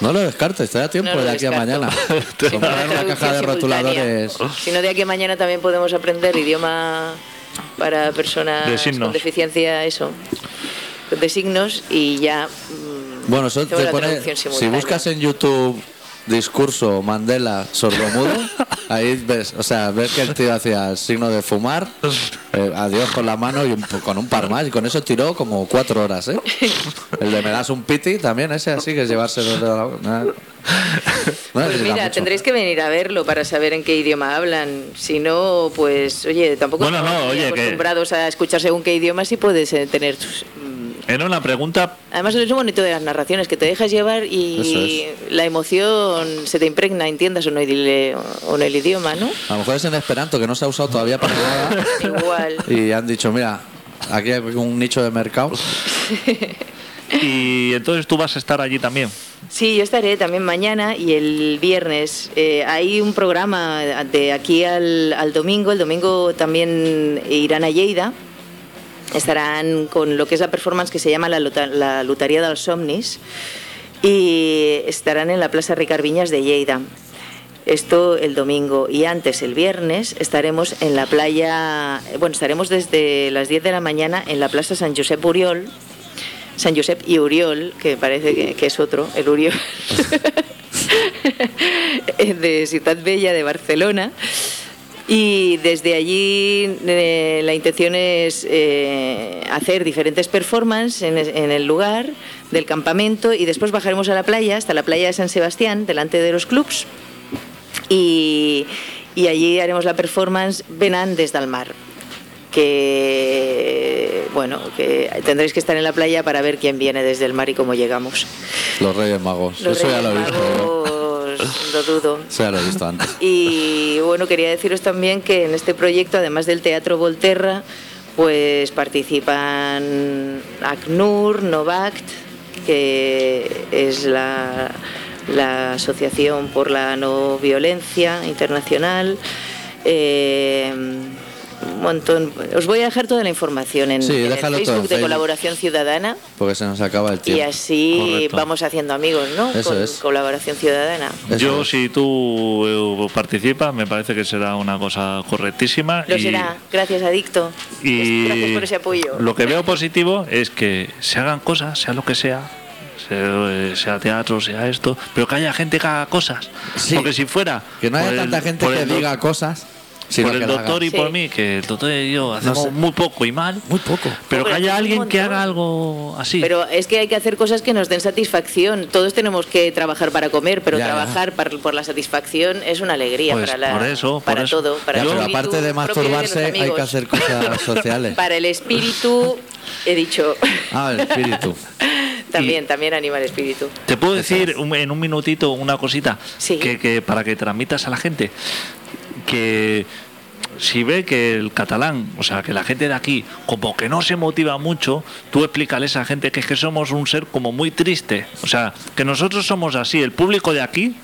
S1: No lo descartes, te da tiempo
S8: No lo
S1: de aquí a
S8: descarto. <laughs>
S1: mañana.
S2: Te
S1: Comprar
S8: Una
S1: una caja de
S8: traducción simultánea.
S1: rotuladores.
S8: Si no, de aquí a mañana también podemos aprender idioma para personas
S2: De signos.
S8: con deficiencia, eso, de signos y ya. mm,
S1: Bueno, eso
S8: hacemos
S1: te
S8: la
S1: pone.
S8: traducción
S1: Si
S8: simultánea.
S1: buscas en YouTube discurso Mandela
S8: <laughs>
S1: sordomudo, ahí ves, o sea, ves que el tío hacía el signo de fumar, eh, adiós con la mano y un- con un par más, y con eso tiró como cuatro horas, ¿eh? El de me das un piti también, ese así que es llevárselo de la. Nah. No
S8: Pues
S1: necesita
S8: mira,
S1: mucho.
S8: tendréis que venir a verlo para saber en qué idioma hablan. Si no, pues, oye, tampoco
S2: Bueno,
S8: estamos
S2: no,
S8: muy
S2: oye, que-
S8: acostumbrados a escuchar según qué idioma sí puedes eh, tener tus. mm,
S2: Era una pregunta
S8: Además, es lo bonito de las narraciones, que te dejas llevar y la emoción se te impregna, entiendas o no, el- o no el idioma, ¿no?
S1: A lo mejor es en Esperanto, que no se ha usado todavía para nada.
S8: Igual.
S1: Y han dicho, mira, aquí hay un nicho de mercado.
S2: y entonces tú vas a estar allí también.
S8: Sí, yo estaré también mañana y el viernes. Eh, hay un programa de aquí al, al domingo. El domingo también irán a Lleida. Estarán con lo que es la performance que se llama La, Lota- la Lotaria dels Somnis y estarán en la Plaza Ricard Viñas de Lleida. Esto el domingo y antes el viernes estaremos en la playa, bueno, estaremos desde las 10 de la mañana en la Plaza San Josep Uriol, San Josep y Uriol, que parece que, que es otro, el <laughs> Uriol, de Ciudad Bella de Barcelona. Y desde allí eh, la intención es eh, hacer diferentes performances en, es- en el lugar del campamento y después bajaremos a la playa, hasta la playa de San Sebastián, delante de los clubs, y, y allí haremos la performance Venan desde el mar que bueno, que tendréis que estar en la playa para ver quién viene desde el mar y cómo llegamos.
S1: Los Reyes Magos.
S8: Los
S1: Eso ya lo he
S8: Reyes
S1: visto. ¿no?
S8: Magos, lo dudo.
S1: Eso ya lo he visto antes.
S8: Y bueno, quería deciros también que en este proyecto, además del Teatro Volterra, pues participan ACNUR, Novact, que es la, la Asociación por la No Violencia Internacional. eh, un montón. Os voy a dejar toda la información en,
S1: Sí,
S8: en el
S1: déjalo todo en
S8: Facebook de
S1: Facebook.
S8: Colaboración Ciudadana
S1: Porque se nos acaba el tiempo.
S8: y así
S2: Correcto.
S8: vamos haciendo amigos, ¿no?
S1: Eso
S8: Con
S1: es.
S8: Colaboración Ciudadana.
S1: Eso
S2: Yo,
S1: es.
S2: si tú eh, participas, me parece que será una cosa correctísima.
S8: Lo
S2: y-
S8: será. Gracias, Adicto.
S2: Y
S8: Gracias por ese apoyo.
S2: Lo que veo positivo es que se hagan cosas, sea lo que sea, sea, eh, sea teatro, sea esto, pero que haya gente que haga cosas.
S1: Sí.
S2: Porque si fuera.
S1: Que no haya
S2: por el-
S1: tanta gente
S2: por
S1: que
S2: el doc-
S1: diga cosas. Sino
S2: Por el
S1: que lo
S2: doctor
S1: haga.
S2: y por
S8: Sí.
S2: mí, que el doctor y yo hacemos
S1: sé.
S2: muy poco y mal,
S1: Muy poco.
S2: pero que
S8: pero
S2: haya
S8: es un
S2: alguien que
S8: montón.
S2: haga algo así.
S8: Pero es que hay que hacer cosas que nos den satisfacción. Todos tenemos que trabajar para comer, pero
S1: Ya, ya.
S8: trabajar par- por la satisfacción es una alegría
S2: Pues
S8: para, la,
S2: por eso, por
S8: para
S2: eso.
S8: todo. Para
S1: Ya,
S8: el
S1: pero
S8: espíritu
S1: aparte de
S8: propio los
S1: masturbarse, hay
S8: amigos.
S1: que hacer
S8: <laughs>
S1: cosas sociales.
S8: Para el espíritu, he dicho.
S1: <laughs> Ah, el espíritu.
S8: <laughs> también, también anima el espíritu.
S2: Te puedo decir un- en un minutito una cosita
S8: Sí.
S2: que, que para que transmitas a la gente que si ve que el catalán, o sea, que la gente de aquí como que no se motiva mucho, tú explícale a esa gente que es que somos un ser como muy triste, o sea, que nosotros somos así, el público de aquí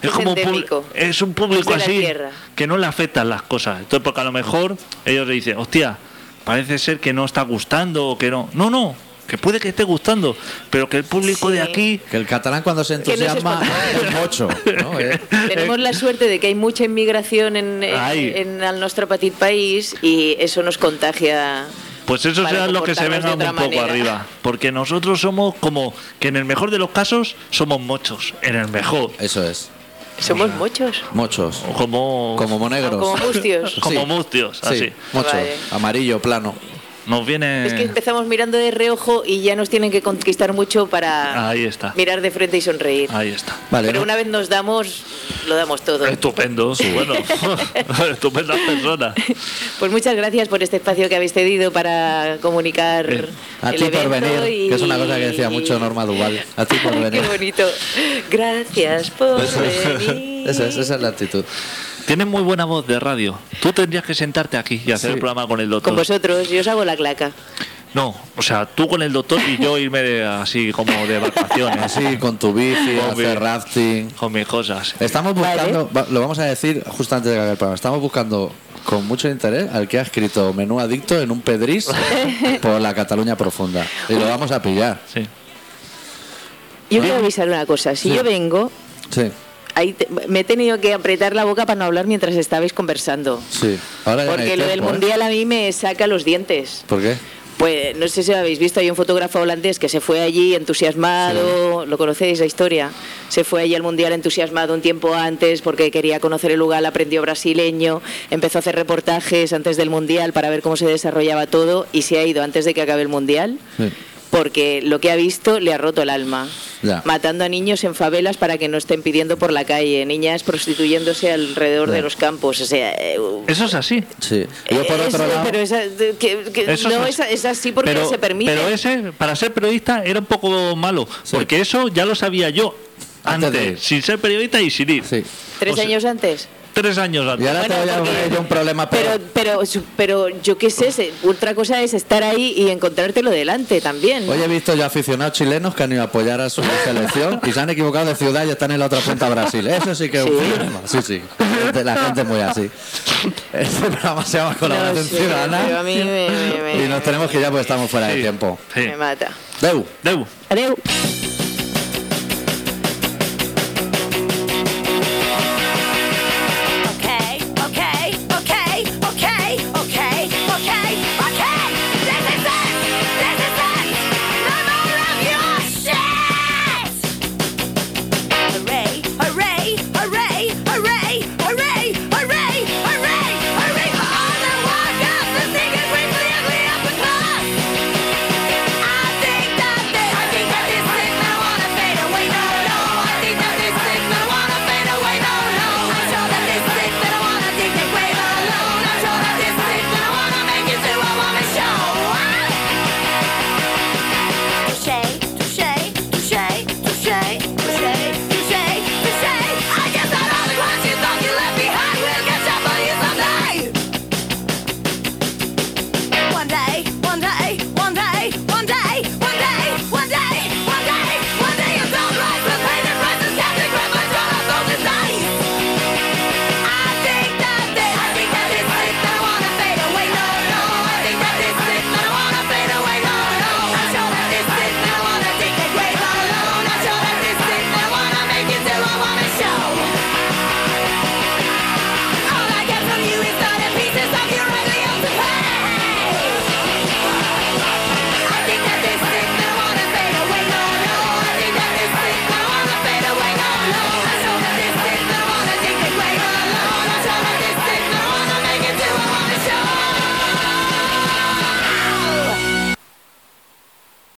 S2: es,
S8: Es
S2: como un pub-
S8: endémico.
S2: es un público
S8: Es de la
S2: así
S8: tierra.
S2: que no le afectan las cosas. Entonces, porque a lo mejor ellos le dicen, hostia, parece ser que no está gustando o que no. No, no, que puede que esté gustando, pero que el público
S8: Sí.
S2: de aquí
S1: Que el catalán cuando se
S8: Que no es
S1: entusiasma es un mocho. ¿no? Eh,
S8: Tenemos la suerte de que hay mucha inmigración en, en,
S2: Ay.
S8: en el nuestro petit país y eso nos contagia.
S2: Pues eso
S8: para
S2: serán los que se vengan
S8: comportarnos
S2: un
S8: de
S2: poco
S8: otra manera.
S2: arriba. Porque nosotros somos como que en el mejor de los casos somos mochos. En el mejor.
S1: Eso es.
S8: Somos muchos.
S1: Mochos.
S2: Como,
S1: Como monegros.
S8: Como
S1: <laughs>
S8: mustios.
S2: Como
S1: Sí.
S2: mustios, así.
S1: Sí, mocho.
S8: Vale.
S1: Amarillo, plano.
S2: Nos viene.
S8: Es que empezamos mirando de reojo y ya nos tienen que conquistar mucho para
S2: Ahí está.
S8: mirar de frente y sonreír.
S2: Ahí está.
S1: Vale,
S8: Pero
S1: ¿no?
S8: una vez nos damos, lo damos todo.
S2: Estupendo,
S8: <laughs>
S2: bueno. <laughs> Estupendas personas.
S8: Pues muchas gracias por este espacio que habéis cedido para comunicar.
S2: Eh,
S1: A
S8: el
S1: ti por
S8: evento
S1: venir,
S8: y-
S1: que es una cosa que decía mucho Norma Duval. A ti
S8: <laughs>
S1: por
S8: Qué
S1: venir.
S8: bonito. Gracias por venir.
S1: <laughs> Esa es, esa es la actitud.
S2: Tienes muy buena voz de radio. Tú tendrías que sentarte aquí y hacer
S1: Sí.
S2: el programa con el doctor.
S8: Con vosotros, yo os hago la claca.
S2: No, o sea, tú con el doctor y yo irme de- así como de
S1: <laughs>
S2: vacaciones.
S1: Así, con tu bici,
S2: Hombre.
S1: hacer rafting.
S2: Con mis cosas.
S1: Estamos buscando, va- lo vamos a decir justo antes de que acabe el programa, estamos buscando con mucho interés al que ha escrito Menú Adicto en un pedriz
S8: <laughs>
S1: por la Cataluña profunda. Y lo vamos a pillar.
S2: Sí.
S8: Yo quiero avisar una cosa. Si
S1: Ah. Sí.
S8: yo vengo,
S1: Sí,
S8: ahí te- me he tenido que apretar la boca para no hablar mientras estabais conversando.
S1: sí. Ahora ya no hay
S8: Porque lo del
S1: tiempo, ¿eh?
S8: mundial a mí me saca los dientes.
S1: ¿Por qué?
S8: Pues no sé si lo habéis visto, hay un fotógrafo holandés que se fue allí entusiasmado, lo conocéis la historia, se fue allí al Mundial entusiasmado un tiempo antes porque quería conocer el lugar, aprendió brasileño, empezó a hacer reportajes antes del Mundial para ver cómo se desarrollaba todo y se ha ido antes de que acabe el Mundial
S1: Sí.
S8: porque lo que ha visto le ha roto el alma.
S1: Ya.
S8: Matando a niños en favelas para que no estén pidiendo por la calle, niñas prostituyéndose alrededor de
S1: Ya.
S8: los campos, o sea... eh,
S2: Eso es así.
S1: Sí. Yo por
S8: eso,
S1: otro lado...
S8: pero esa- que- que-
S2: Eso
S8: no,
S2: es-
S8: esa- es así porque
S2: pero,
S8: se permite.
S2: Pero ese, para ser periodista, era un poco malo. Porque eso ya lo sabía yo
S1: Antes
S2: antes,
S1: de-
S2: sin ser periodista y sin ir.
S1: Sí.
S8: Tres
S2: O sea,
S8: años antes.
S2: Tres años antes.
S1: Y ahora te voy a
S8: porque-
S1: poner yo un problema
S8: Pero,
S1: peor.
S8: pero, su- pero yo qué sé, se- otra cosa es estar ahí y encontrártelo delante también. ¿no?
S1: Hoy he visto yo aficionados chilenos que han ido a apoyar
S8: <laughs>
S1: a su selección y se han equivocado de ciudad y están en la otra punta de Brasil. Eso sí que es un
S8: Sí.
S1: problema. Sí, sí. La gente- La gente es muy
S8: <laughs>
S1: así. Este programa se llama Colaboración
S8: No sé, pero a
S1: Ciudadana
S8: mí me, me- me-
S1: y nos tenemos que ir ya porque estamos fuera de
S2: Sí,
S1: tiempo.
S2: sí.
S8: me mata.
S1: Deu.
S2: Deu.
S8: Adeu.